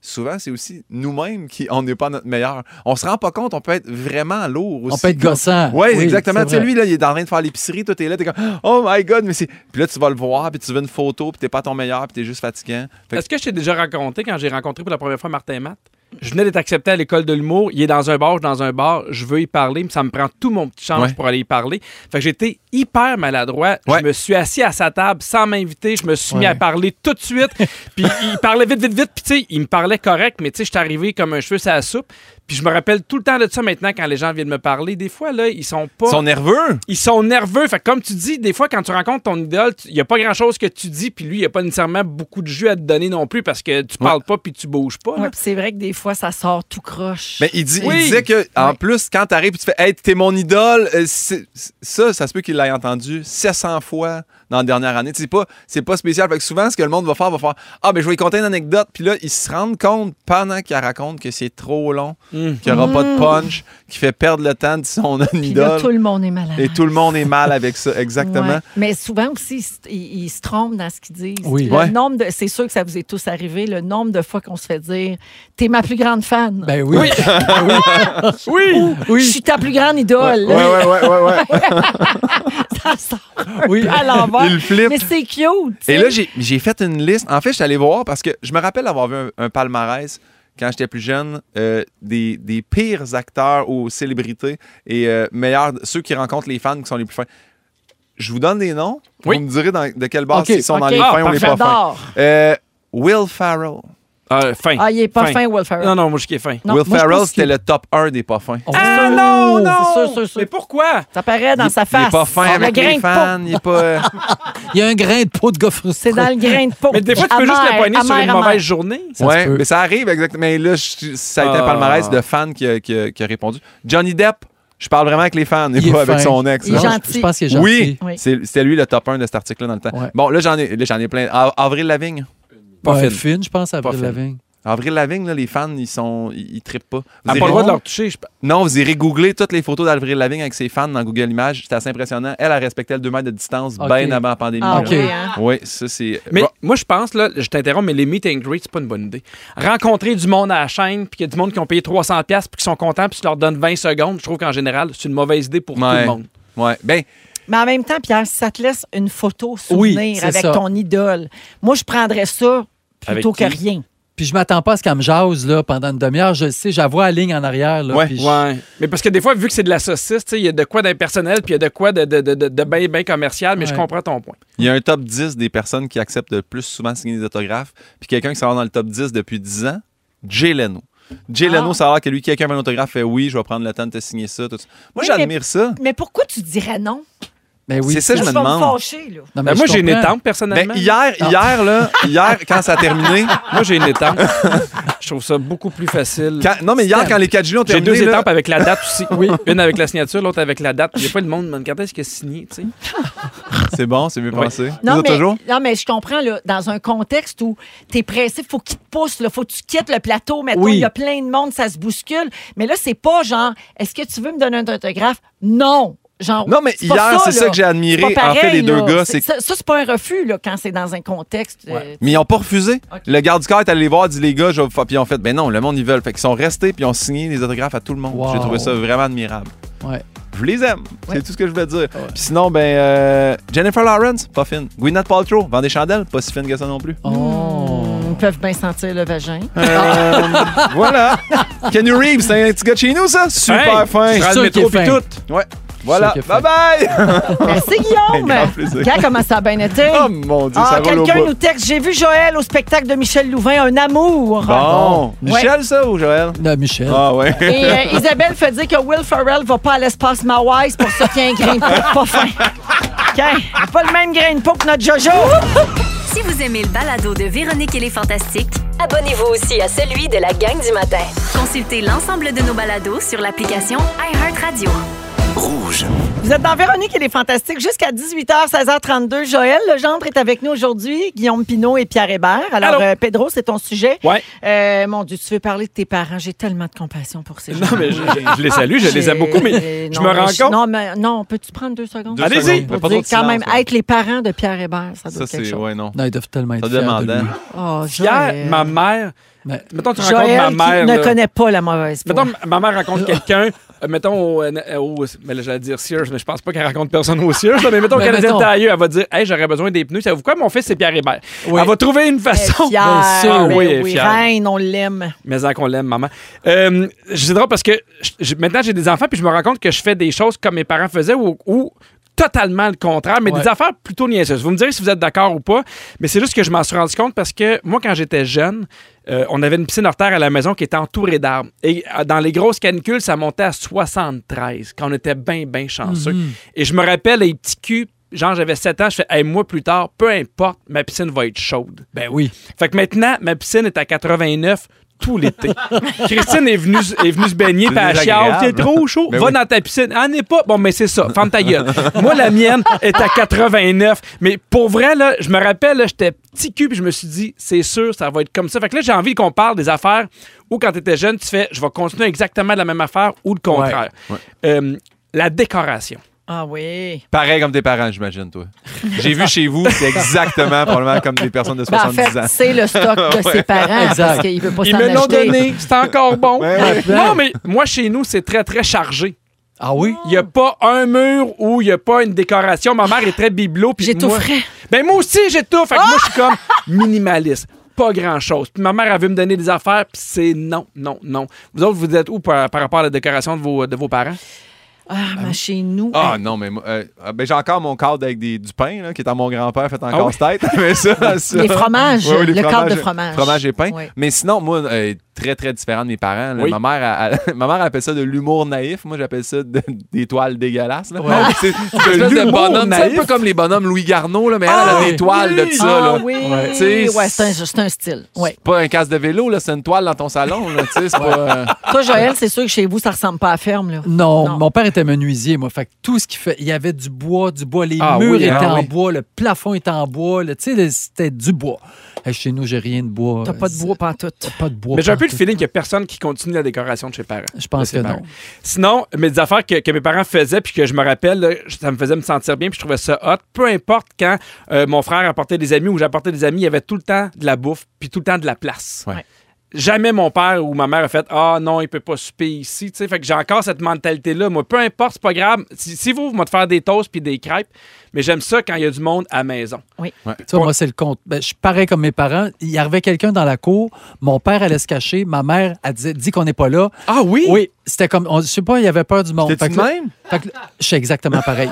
D: souvent, c'est aussi nous-mêmes qui on n'est pas notre meilleur. On se rend pas compte, on peut être vraiment lourd aussi.
C: On peut être gossant.
D: Ouais,
C: Oui,
D: exactement.
C: c'est
D: Tu sais,
C: vrai.
D: lui, là, il est en train de faire l'épicerie, toi, t'es là, t'es comme, oh my god, mais c'est. Puis là, tu vas le voir, puis tu veux une photo, puis t'es pas ton meilleur, puis t'es juste fatiguant. Fait que-
B: Est-ce que je t'ai déjà raconté quand j'ai rencontré pour la première fois Martin Matt? Je venais d'être accepté à l'école de l'humour. Il est dans un bar, je suis dans un bar. Je veux y parler, mais ça me prend tout mon petit change
D: Ouais.
B: pour aller y parler. Fait que j'étais hyper maladroit.
D: Ouais.
B: Je me suis assis à sa table sans m'inviter. Je me suis mis
C: Ouais.
B: à parler tout de suite. puis il parlait vite, vite, vite. Puis tu sais, il me parlait correct, mais tu sais, je suis arrivé comme un cheveu sur la soupe. Puis je me rappelle tout le temps de ça maintenant quand les gens viennent me parler. Des fois, là, ils sont pas
D: Ils sont nerveux.
B: ils sont nerveux. Fait que comme tu dis, des fois, quand tu rencontres ton idole, tu- il n'y a pas grand-chose que tu dis, puis lui, il n'y a pas nécessairement beaucoup de jus à te donner non plus parce que tu parles pas puis tu bouges pas.
A: Ouais, puis c'est vrai que des fois, ça sort tout croche.
D: Mais il, dit, il
B: Oui.
D: disait que, en
A: Ouais.
D: plus, quand t'arrives, puis tu fais, hey, t'es mon idole, euh, c'est- c'est- ça, ça se peut qu'il l'ait entendu 700 fois dans la dernière année. Tu sais, C'est pas, c'est pas spécial. Fait que souvent, ce que le monde va faire, va faire, ah, ben, je vais lui conter une anecdote, puis là, ils se rendent compte pendant qu'il raconte que c'est trop long,
B: Mm.
D: qu'il n'y aura pas de punch, qu'il fait perdre le temps de son
A: Puis là,
D: idole.
A: tout le monde est malade.
D: Et tout le monde est mal avec ça, exactement.
A: Ouais. Mais souvent aussi, ils se- ils, ils se trompent dans ce qu'ils disent.
C: Oui.
A: Le
D: Ouais.
A: nombre de, c'est sûr que ça vous est tous arrivé, le nombre de fois qu'on se fait dire T'es ma plus grande fan.
C: Ben oui.
B: Oui!
A: Je suis ta plus grande idole.
D: ouais, ouais, ouais, ouais.
A: ça sort
C: oui.
A: à l'envers.
D: Il flippe.
A: Mais c'est cute. tu sais.
D: Et là, j'ai- j'ai fait une liste. En fait, je suis allé voir parce que je me rappelle avoir vu un, un palmarès quand j'étais plus jeune euh, des, des pires acteurs ou célébrités et euh, meilleurs, ceux qui rencontrent les fans qui sont les plus fins. Je vous donne des noms.
B: Oui.
D: Vous me direz dans- de quelle base
C: Ok,
D: ils sont dans
B: ok.
D: les
B: Ah,
D: fins ou les pas
B: parfait.
D: fins.
A: J'adore.
D: Euh, Will Farrell.
B: Euh, fin.
A: Ah, il est pas
B: Fin.
A: fin, Will Ferrell.
B: Non, non, moi, je suis fin.
A: Non,
D: Will
A: moi, je pense
D: Farrell, c'était
A: qu'il-
D: le top 1 des pas fins.
C: On- Oh!
B: Ah non, non!
A: C'est sûr, sûr, sûr.
B: Mais pourquoi?
A: Ça paraît dans
D: Il-
A: sa face.
D: Il est pas fin
A: Le
D: avec
A: grain
D: les
A: de
D: fans.
A: peau.
D: Il est pas. euh,
C: Il y a un grain de peau de gars
A: C'est dans le grain de peau.
B: Mais des fois, tu peux juste
A: Amer,
B: le poigner sur
A: amer,
B: une
A: amer.
B: mauvaise journée.
C: Ça
D: ouais,
C: se peut.
D: mais ça arrive exactement. Mais là, je- ça a été un
B: Ah.
D: palmarès de fans qui a, qui a- qui a répondu. Johnny Depp, je parle vraiment avec les fans et
C: Il est
D: pas avec
C: fin.
D: son ex.
A: Il est
D: là.
A: gentil.
C: Je pense qu'il est gentil.
D: Oui,
A: Oui.
D: c'est- c'était lui le top 1 de cet article-là dans le temps.
C: Ouais.
D: Bon, là, j'en ai, là, j'en ai plein. A- Avril Lavigne.
C: Pas
B: Pas
C: ouais,
B: fine.
C: fine, je pense, à
B: Pas
C: Avril
B: fine.
C: Lavigne.
D: Avril Lavigne, là, les fans, ils sont, ils, ils trippent pas. Vous
B: T'as
D: irez-
B: Ah, pas le droit de leur toucher. je-
D: Non, vous irez googler toutes les photos d'Avril Lavigne avec ses fans dans Google Images. C'était assez impressionnant. Elle, a respecté le 2 mètres de distance
C: Ok.
D: bien avant la pandémie.
A: Ah,
C: Ok.
A: ouais, hein.
D: Oui, ça, c'est.
B: Mais
D: Ro-
B: moi, je pense, là, je t'interromps, mais les meet and greet, c'est pas une bonne idée. Rencontrer du monde à la chaîne, puis qu'il y a du monde qui ont payé 300$ puis qui sont contents, puis tu leur donnes 20 secondes, je trouve qu'en général, c'est une mauvaise idée pour tout
D: Ouais.
B: le monde.
D: Ouais. Ben,
A: Mais en même temps, Pierre, si ça te laisse une photo
C: Oui,
A: souvenir
C: c'est
A: avec
C: ça.
A: ton idole, moi, je prendrais ça
B: Avec
A: plutôt que
B: qui?
A: rien.
C: Puis je m'attends pas à ce qu'elle me jase là, pendant une demi-heure. Je le sais, j'avoue la ligne en arrière. Là,
D: Ouais,
C: puis je-
B: Ouais. Mais parce que des fois, vu que c'est de la saucisse, tu sais, il y a de quoi d'impersonnel, puis il y a de quoi de, de, de, de, de bien, bien commercial, mais je
C: Ouais.
B: comprends ton point.
D: Il y a un top 10 des personnes qui acceptent le plus souvent de signer des autographes. Puis quelqu'un qui sort dans le top 10 depuis 10 ans, Jay Leno. Jay
A: Ah.
D: Leno, ça a l'air que lui, quelqu'un veut un autographe, fait oui, je vais prendre le temps de te signer ça. tout ça. Moi,
A: Oui,
D: j'admire ça.
A: Mais pourquoi tu dirais non?
C: Ben oui.
D: C'est ça, je
A: Là,
D: me
A: tu vas
D: demande.
A: fâcher, là.
C: Non, mais
B: Ben, moi,
C: je
B: j'ai une
C: comprends.
B: étampe, personnellement.
D: Ben, hier,
C: Ah.
D: hier, là, hier, quand ça a terminé.
B: Moi, j'ai une étampe. je trouve ça beaucoup plus facile.
D: quand- non, mais hier, quand les 4 juillet ont
B: J'ai
D: terminé.
B: deux
D: là,
B: étampes avec la date aussi. Une avec la signature, l'autre avec la date. Il n'y a pas le monde qui me demande quand est-ce qu'il a signé, tu sais.
D: C'est bon, c'est mieux pensé. Vous
A: Non
D: autres,
A: mais,
D: toujours?
A: non, mais je comprends, là, dans un contexte où tu es pressé, faut qu'il te pousse, là, faut que tu quittes le plateau, mettons,
C: Oui.
A: il y a plein de monde, ça se bouscule. Mais là, c'est pas genre, est-ce que tu veux me donner un autographe? Non! Genre,
D: Non, mais
A: c'est pas
D: hier, c'est ça
A: là.
D: que j'ai admiré,
A: C'est pas
D: en fait, les deux
A: là.
D: gars,
A: C'est-
D: c'est-
A: Ça, ça, c'est pas un refus, là, quand c'est dans un contexte. euh,
D: Mais ils n'ont pas refusé.
A: Ok.
D: Le garde du corps est allé les voir, dit les gars, je vais vous faire. Puis ils ont fait, ben non, le monde, ils veulent. Fait qu'ils sont restés, puis ils ont signé les autographes à tout le monde.
C: Wow.
D: J'ai trouvé ça vraiment admirable.
C: Ouais.
D: Je les aime. C'est tout ce que je voulais dire. Puis sinon, ben, euh, Jennifer Lawrence, pas fine. Gwyneth Paltrow, vend des chandelles, pas si fine que ça non plus.
C: Oh.
A: euh, Ils peuvent bien sentir le vagin.
D: Euh, voilà. Kenny Reeves, c'est un petit gars de chez nous, ça. Super
B: Hey,
D: fin.
B: tu prends
C: sûr
B: le
C: qu'il
B: métro
C: est
B: pis
C: fin.
B: tout.
D: Ouais. Voilà.
C: Je suis sûr qu'il est
D: Bye bye.
A: Merci,
D: Un
A: Guillaume!
D: grand plaisir.
A: Quand commence à bien été?
D: oh mon Dieu,
A: Ah,
D: ça roule au
A: quelqu'un
D: bout.
A: nous texte. J'ai vu Joël au spectacle de Michel Louvain, un amour.
D: Bon.
A: Ouais.
D: Michel, ça, ou Joël?
C: Non, Michel.
D: Ah ouais.
A: Et euh, Isabelle fait dire que Will Ferrell va pas à l'espace Mawai, c'est pour ça qu'il a un grain de peau pas fin. OK, il a pas le même grain de peau que notre Jojo.
G: Si vous aimez le balado de Véronique et les Fantastiques,
H: Abonnez-vous aussi à celui de la gang du matin.
G: consultez l'ensemble de nos balados sur l'application iHeartRadio.
A: Vous êtes dans Véronique et les Fantastiques jusqu'à 18h, 16h32. Joël Legendre est avec nous aujourd'hui, Guillaume Pinault et Pierre Hébert. Alors,
B: Allô.
A: euh, Pedro, c'est ton sujet.
B: Ouais.
A: Euh, mon Dieu, tu veux parler de tes parents. J'ai tellement de compassion pour ces gens.
B: Non, mais je, je- je les salue, je les aime beaucoup, mais
A: Euh,
B: je
A: non,
B: me
A: mais
B: rends compte.
A: Non, mais non, peux-tu prendre deux secondes?
D: Deux
B: Allez-y.
D: secondes.
A: Pour
D: Mais
A: dire
D: pas trop de
A: quand
D: silence,
A: même,
D: là.
A: être les parents de Pierre Hébert, ça doit
D: Ça,
A: être quelque
D: c'est.
A: chose.
D: Ouais, non.
C: Non, ils doivent tellement être
D: Ça
C: fiers de
D: demandait.
C: lui.
A: Oh,
B: Hier,
A: Joël.
B: ma mère.
C: Mais-
B: Mettons, tu
A: Joël
B: rencontres ma mère.
A: qui ne
B: là.
A: connaît pas la mauvaise foi. Euh,
B: Mettons, ma mère rencontre quelqu'un, euh, mettons au, euh, au- mais là, j'allais dire Sears, mais je pense pas qu'elle rencontre personne au Sears, là, mais mettons
C: Mais
B: qu'elle
C: Ben, mettons.
B: est tailleux, elle va dire Hey, j'aurais besoin des pneus. Ça vous quoi, mon fils, c'est Pierre Hébert.
C: Oui.
B: Elle va trouver une
A: Elle est
B: façon.
A: fière,
C: Bien sûr,
A: ben
B: oui, elle est
A: oui,
B: fière.
A: reine, on l'aime.
B: Mais en qu'on l'aime, maman. Euh, c'est drôle parce que je- je- maintenant, j'ai des enfants, puis je me rends compte que je fais des choses comme mes parents faisaient ou, ou totalement le contraire, mais
C: Ouais.
B: des affaires plutôt niaiseuses. Vous me direz si vous êtes d'accord ou pas, mais c'est juste que je m'en suis rendu compte parce que moi, quand j'étais jeune, euh, on avait une piscine hors terre à la maison qui était entourée d'arbres. Et euh, dans les grosses canicules, ça montait à 73, quand on était bien, bien chanceux.
C: Mhm.
B: Et je me rappelle, les petits culs, genre j'avais 7 ans, je fais, hey, moi plus tard, peu importe, ma piscine va être chaude.
C: Ben oui.
B: Fait que maintenant, ma piscine est à 89 tout l'été. Christine est venue, est venue se baigner, puis elle chiale,
D: désagréable.
B: c'est trop chaud,
D: Ben
B: va
D: oui.
B: dans ta piscine. Ah, n'est pas. Bon, mais c'est ça, ferme ta gueule. Moi, la mienne est à 89. Mais pour vrai, là, je me rappelle, là, j'étais petit cul, puis je me suis dit, c'est sûr, ça va être comme ça. Fait que là, j'ai envie qu'on parle des affaires où, quand t'étais jeune, tu fais, je vais continuer exactement la même affaire ou le contraire. Euh, la décoration.
A: Ah oui.
D: Pareil comme tes parents, j'imagine, toi. J'ai vu chez vous, c'est exactement probablement comme des personnes de
A: Ben, en
D: 70
A: fait,
D: ans.
A: c'est le stock de ses parents
C: Exact.
A: parce qu'il ne peut pas
B: Ils
A: s'en
B: me l'ont
A: acheter.
B: donné, c'est encore bon.
D: Ouais,
B: Non, mais moi, chez nous, c'est très, très chargé.
C: Ah oui?
B: Il n'y a pas un mur où il n'y a pas une décoration. Ma mère est très bibelot. puis moi-
A: J'étoufferais.
B: Ben moi aussi, j'étouffe. Fait que moi, je suis comme minimaliste. Pas grand-chose. Puis ma mère, elle veut me donner des affaires, puis c'est non, non, non. Vous autres, vous êtes où par, par rapport à la décoration de vos, de vos parents?
A: Ah, mais chez nous.
D: Ah non, mais moi, euh, ah, ben, j'ai encore mon cadre avec des, du pain là, qui est à mon grand-père fait en
B: Ah oui?
D: casse-tête. mais ça, ça-
A: Les fromages,
D: Ouais, oui, les
A: le cadre de
D: fromages-
A: fromage.
D: Fromage et pain.
A: Ouais.
D: Mais sinon, moi, euh, très, très différent de mes parents. là.
B: Oui.
D: Ma, mère, elle- elle- ma mère appelle ça de l'humour naïf. Moi, j'appelle ça de- des toiles dégueulasses. là. C'est c'est
B: espèce de
D: de bonhomme.
B: naïf.
D: C'est un peu comme les bonhommes Louis Garneau, là, mais elle, elle a
C: oui.
D: des toiles de ça.
A: Ah
D: là.
A: oui,
D: Tu sais,
A: ouais, c'est un, c'est un style. Ouais.
D: C'est pas un casse de vélo, là, c'est une toile dans ton salon. Là, tu sais, c'est pas, euh,
B: Ah.
A: Toi, Joël, c'est sûr que chez vous, ça ressemble pas à ferme. Là.
C: Non,
A: Non.
C: mon père était menuisier, moi. Fait que tout ce qu'il fait, il y avait du bois, du bois, les
B: Ah
C: murs
B: oui,
C: étaient
B: ah
C: en
B: oui.
C: bois, le plafond était en bois, là, tu sais, le- c'était du bois. Hey, chez nous, j'ai rien de bois.
A: T'as pas de bois pantoute.
C: Pas de bois.
B: Mais j'ai un peu le
C: partout.
B: feeling qu'il n'y a personne qui continue la décoration de chez parents.
C: Je pense
B: De ses
C: que
B: parents.
C: non.
B: Sinon, mais des affaires que, que mes parents faisaient puis que je me rappelle, là, ça me faisait me sentir bien puis je trouvais ça hot. Peu importe quand euh, mon frère apportait des amis ou j'apportais des amis, il y avait tout le temps de la bouffe puis tout le temps de la place.
D: Ouais.
B: Jamais mon père ou ma mère a fait Ah non, il peut pas souper ici. Tu sais, fait que j'ai encore cette mentalité-là. Moi, peu importe, c'est pas grave. Si, si vous, vous m'avez faire des toasts puis des crêpes, mais j'aime ça quand il y a du monde à la maison.
C: Tu vois, moi, c'est le compte. Ben, je suis pareil comme mes parents. Il y arrivait quelqu'un dans la cour, mon père allait se cacher, ma mère, elle disait, dis qu'on n'est pas là.
B: Ah
C: Oui, c'était comme, on- je sais pas, il avait peur du monde.
D: T'es-tu
C: Fait que là-
D: de même?
C: fait que là, je suis exactement pareil.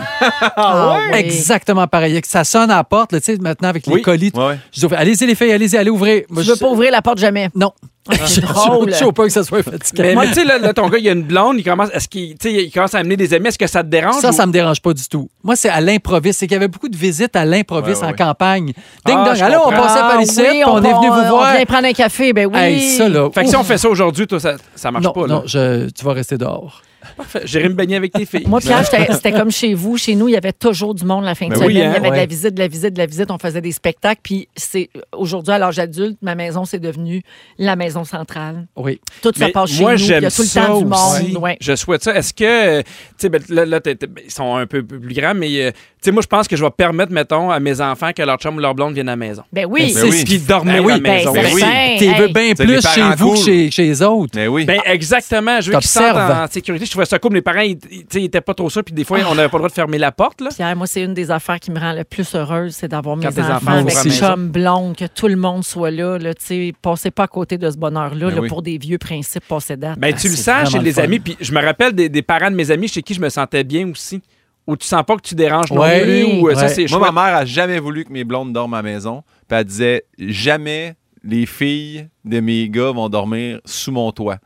A: Ah, oui.
C: Exactement pareil. Que Ça sonne à la porte, là, tu sais, maintenant avec les
B: Oui.
C: colis.
D: Ouais, ouais.
C: Je dis, allez-y les filles, allez-y, allez ouvrir. Moi,
A: Je veux
C: je-
A: pas ouvrir la porte jamais.
C: Non.
A: C'est drôle.
C: Je suis au point que ça soit fatigant.
B: Mais, mais tu sais, là, là, ton gars, il a une blonde, il commence, est-ce qu'il, tu sais, il commence à amener des amis, est-ce que ça te dérange?
C: Ça,
B: ou-
C: ça me dérange pas du tout. Moi, c'est à l'improviste. C'est qu'il y avait beaucoup de visites à l'improviste
D: Ouais, ouais,
C: en
D: ouais.
C: campagne. Ding
B: Ah,
C: dong.
B: je
C: Allô, on
B: comprends.
C: passait par ici,
A: oui,
C: on, est venu
A: on-
C: vous voir.
A: On vient prendre un café, ben oui.
C: Hey, ça, là.
B: Fait que si
A: oh.
C: ouf.
B: on fait ça aujourd'hui, toi, ça, ça marche
C: non,
B: pas.
C: non
B: Là.
C: je- tu vas rester dehors.
B: Parfait. J'irai me baigner avec tes filles.
A: Moi,
C: Ben
A: Pierre, j'étais- c'était comme chez vous. Chez nous, il y avait toujours du monde la fin de
B: Ben
A: semaine.
B: oui, hein,
A: il y avait de la
C: ouais.
A: visite, de la visite, de la visite. On faisait des spectacles. Puis c'est aujourd'hui, à l'âge adulte, ma maison, c'est devenu la maison centrale.
C: Oui.
A: Tout ça
B: Mais
A: passe chez
B: moi,
A: nous. puis Il y
B: j'aime
A: a tout le
B: ça
A: temps du
B: aussi.
A: monde. Ouais.
B: Je souhaite ça. Est-ce que, euh, tu sais, ben, là, là, t'es- t'es- ben, ils sont un peu plus grands, mais euh, tu sais, moi, je pense que je vais permettre, mettons, à mes enfants que leur chum ou leur blonde viennent à la maison.
A: Ben oui.
D: Ben
B: C'est
D: oui.
B: ce qu'ils dormaient
C: Ben oui,
B: à la
C: ben
B: maison.
D: Ben oui.
A: certain.
C: T'es veux
A: Hey.
C: bien
D: C'est les
C: plus
D: parents
C: chez vous que
D: cool.
C: chez, chez les autres.
D: Mais oui.
B: Ben exactement, je veux qu'ils se sentent
C: T'observes.
B: en sécurité. Je trouvais ça cool. Mes parents, ils, ils- tu sais, ils étaient pas trop sûrs, puis des fois, on n'avait pas le droit de fermer la porte. Là.
A: Pierre, moi, c'est une des affaires qui me rend le plus heureuse, c'est d'avoir mes
B: Quand tes
A: enfants,
B: enfants
C: vont
A: avec
C: à la
A: des
B: maison.
A: chums blondes, que tout le monde soit là. là tu sais, passez pas à côté de ce bonheur-là
D: Ben
A: là,
D: oui.
A: pour des vieux principes passés date.
B: Ben, tu le
C: c'est
B: sens chez
C: vraiment
B: les
C: le fun.
B: amis, puis je me rappelle des, des parents de mes amis chez qui je me sentais bien aussi. Où tu sens pas que tu déranges
C: Ouais.
B: non plus, ou euh, ça,
C: Ouais.
B: c'est chouette.
D: Moi, ma mère a jamais voulu que mes blondes dorment à la maison. Puis elle disait jamais les filles de mes gars vont dormir sous mon toit.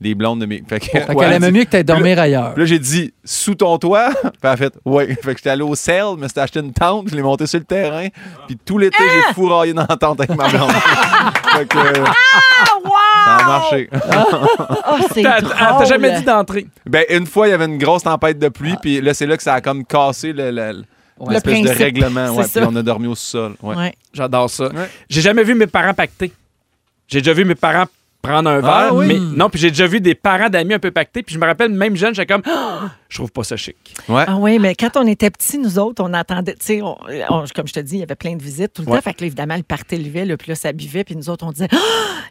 D: Les blondes de mes. Fait que,
C: Fait
D: ouais,
C: qu'elle
D: elle
C: aimait
D: dit-
C: mieux que t'ailles dormir ailleurs.
D: Puis là, j'ai dit sous ton toit. Puis elle a fait ouais. Fait que j'étais allé au sel, mais c'était acheté une tente, je l'ai montée sur le terrain. Puis tout l'été, j'ai fourraillé dans la tente avec ma blonde. fait que. euh, Ça a marché.
A: Ah, c'est
B: T'as-
A: drôle.
B: T'as jamais dit d'entrer.
D: Ben, une fois, il y avait une grosse tempête de pluie, puis là, c'est là que ça a comme cassé le, le,
A: Ah. Le
D: l'espèce
A: principe.
D: de règlement. Ouais,
A: C'est
D: puis
A: ça.
D: on a dormi au sol. Ouais.
A: Ouais.
B: J'adore ça.
D: Ouais.
B: J'ai jamais vu mes parents pacter. J'ai déjà vu mes parents prendre un verre,
D: Ah oui?
B: mais non, puis j'ai déjà vu des parents d'amis un peu pacter, puis je me rappelle même jeune, j'étais comme Ah, je trouve pas ça chic.
D: Ouais.
A: Ah oui, mais quand on était petits, nous autres, on attendait, tu sais, on- on- comme je te dis, il y avait plein de visites tout le
B: Ouais.
A: temps. Fait que là, évidemment, le party levait, le puis là, ça buvait, puis nous autres, on disait, Ah,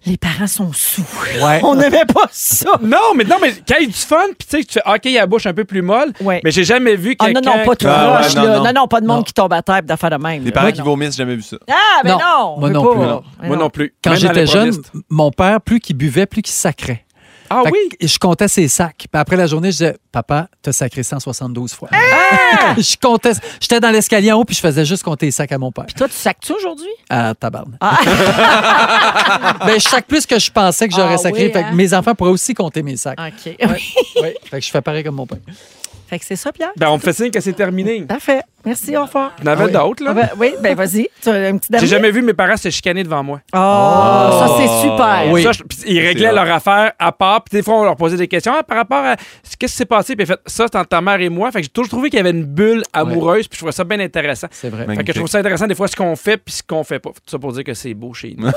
A: les parents sont sous.
C: Ouais.
A: On n'aimait pas ça.
B: Non, mais non, mais quand il y a du fun, puis tu sais, tu fais OK, il a la bouche un peu plus molle,
A: Ouais.
B: mais j'ai jamais vu
A: Ah
B: quelqu'un
A: non, non, pas tout
D: Ah ouais,
A: proche,
D: non,
A: là.
D: non.
A: Non, non, pas de monde
C: Non.
A: qui tombe à terre d'affaires de même.
D: Les
A: là.
D: parents
A: Ouais,
D: qui
A: non.
D: vomissent, j'ai jamais vu ça.
A: Ah, mais
C: Non,
A: non!
C: moi
A: on veut
C: non
A: pas.
C: plus, non.
A: Mais
B: Moi non plus.
C: Quand
B: Même dans
C: j'étais
B: les
C: jeune,
B: provistes.
C: mon père, plus qu'il buvait, plus qu'il sacrait.
B: Ah
C: Fait
B: oui.
C: que je comptais ses sacs. Puis après la journée, je disais, papa, t'as sacré 172 fois.
B: Hein?
C: je comptais. J'étais dans l'escalier en haut, puis je faisais juste compter les sacs à mon père.
A: Toi, tu sacs-tu aujourd'hui?
C: Ah, tabarne. Mais Ben, je sac plus que je pensais que j'aurais
A: Ah
C: sacré.
A: oui,
C: Fait que
A: hein? Ah.
C: mes enfants pourraient aussi compter mes sacs.
A: OK.
C: Oui. Fait que je fais pareil comme mon père.
A: fait que c'est ça, Pierre.
B: Ben, on me fait signe que c'est terminé.
A: Parfait. Merci, au revoir.
B: Il y en avait
C: Ah oui.
B: d'autres,
A: Ah
B: là.
A: ben, oui, ben vas-y. Tu as un petit dernier?
B: J'ai jamais Ah. vu mes parents se chicaner devant moi.
A: Oh, ça, c'est super.
C: Oui.
B: Ça, je- puis ils réglaient
D: C'est vrai.
B: leur affaire à part. Puis des fois, on leur posait des questions Ah, par rapport à ce- qu'est-ce qui s'est passé. Puis ils ont fait ça, c'est entre ta mère et moi. Fait que j'ai toujours trouvé qu'il y avait une bulle amoureuse. Puis je trouvais ça bien intéressant.
C: C'est vrai.
D: Mais-
B: Fait que je trouve ça intéressant des fois ce qu'on fait puis ce qu'on fait pas. Tout ça pour dire que c'est beau chez nous.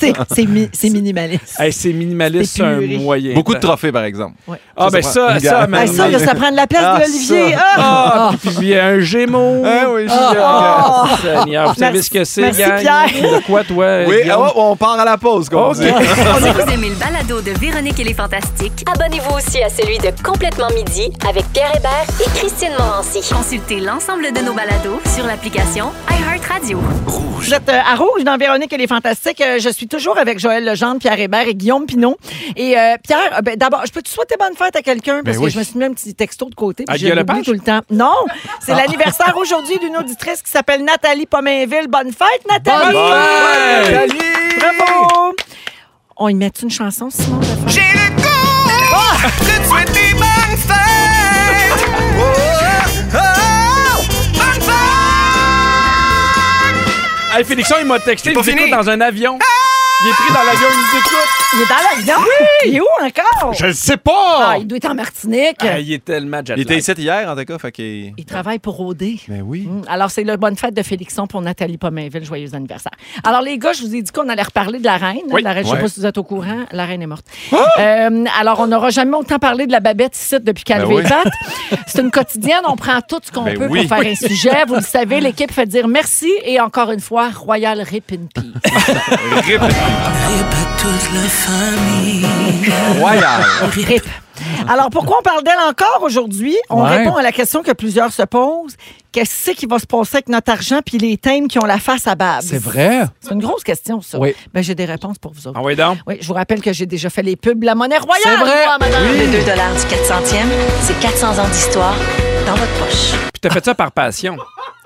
A: C'est- c'est mi- c'est minimaliste.
B: Hey, c'est minimaliste,
A: C'est
B: c'est un
A: épuré.
B: moyen.
D: Beaucoup de trophées, par exemple.
B: Ah, ben
D: ça,
B: ça,
D: une
B: ça,
D: gare.
B: man.
A: Ah, ça, là, ça prend de la place
D: Ah,
A: de l'Olivier.
D: ça.
A: Ah!
B: Ah, puis il y a un gémeau.
D: Ah oui,
B: Ah, Seigneur, vous savez
A: Oh. Merci-
B: ce que c'est,
A: merci,
B: gang?
A: Pierre.
B: De quoi, toi?
D: Oui,
B: Guillaume?
D: ah oh, ouais, on part à la pause, comme on
B: Ok.
D: dit.
G: Si vous aimez le balado de Véronique et les Fantastiques,
H: Abonnez-vous aussi à celui de Complètement Midi avec Pierre Hébert et Christine Morancy.
G: consultez l'ensemble de nos balados sur l'application iHeartRadio.
A: Vous êtes euh, à Rouge dans Véronique et les Fantastiques. Euh, je suis toujours avec Joël Legendre, Pierre Hébert et Guillaume Pinot. Et euh, Pierre, euh, ben, d'abord, je peux te souhaiter bonne fête à quelqu'un parce
D: Ben
A: que
D: oui.
A: je me suis mis un petit texto de côté.
B: À
A: Puis je
B: Guillaume
A: l'oublie
B: Lepage?
A: tout le temps. Non, c'est l'anniversaire aujourd'hui d'une auditrice qui s'appelle Nathalie Pomainville. Bonne fête, Nathalie!
B: Hey!
A: Bravo! On y met une chanson, Simon? de fête?
B: Hey, Félixon, il m'a texté, il nous écoute dans un avion.
D: Ah!
B: Il est pris dans l'avion, il nous écoute.
A: Il est dans l'avion? Oui! Il est où encore?
B: Je le sais pas!
A: Ah, il doit être en Martinique.
B: Ah, il est tellement jet
D: Il était ici hier, en tout cas. Fait que...
A: Il travaille pour OD.
D: Ben oui.
A: Mm. Alors, c'est la bonne fête de Félixon pour Nathalie Pomainville. Joyeux anniversaire. Alors, les gars, je vous ai dit qu'on allait reparler de la reine. hein,
B: Oui.
A: de la reine Je ne sais
D: Ouais.
A: pas si vous êtes au courant. La reine est morte. Euh, alors, on n'aura jamais autant parlé de la babette ici depuis qu'elle
D: Ben oui.
A: est faite. C'est une quotidienne. On prend tout ce qu'on
D: Ben
A: peut
D: oui.
A: pour faire un sujet. Vous le savez, l'équipe fait dire merci. Et encore une fois, Royal Rip in Peace.
D: Rip.
F: Rip à toute la famille.
D: Royal.
A: Rip. Alors, pourquoi on parle d'elle encore aujourd'hui? On
C: Ouais.
A: répond à la question que plusieurs se posent. Qu'est-ce qui va se passer avec notre argent puis les thèmes qui ont la face à base?
C: C'est vrai.
A: C'est une grosse question, ça.
C: Oui.
A: Ben, j'ai des réponses pour vous autres.
B: Ah ouais donc.
A: Oui, je vous rappelle que j'ai déjà fait les pubs de la monnaie royale.
C: C'est vrai.
A: moi, madame.
I: Le 2 du 400e, c'est 400 ans d'histoire dans votre poche.
B: Puis t'as fait ça par passion.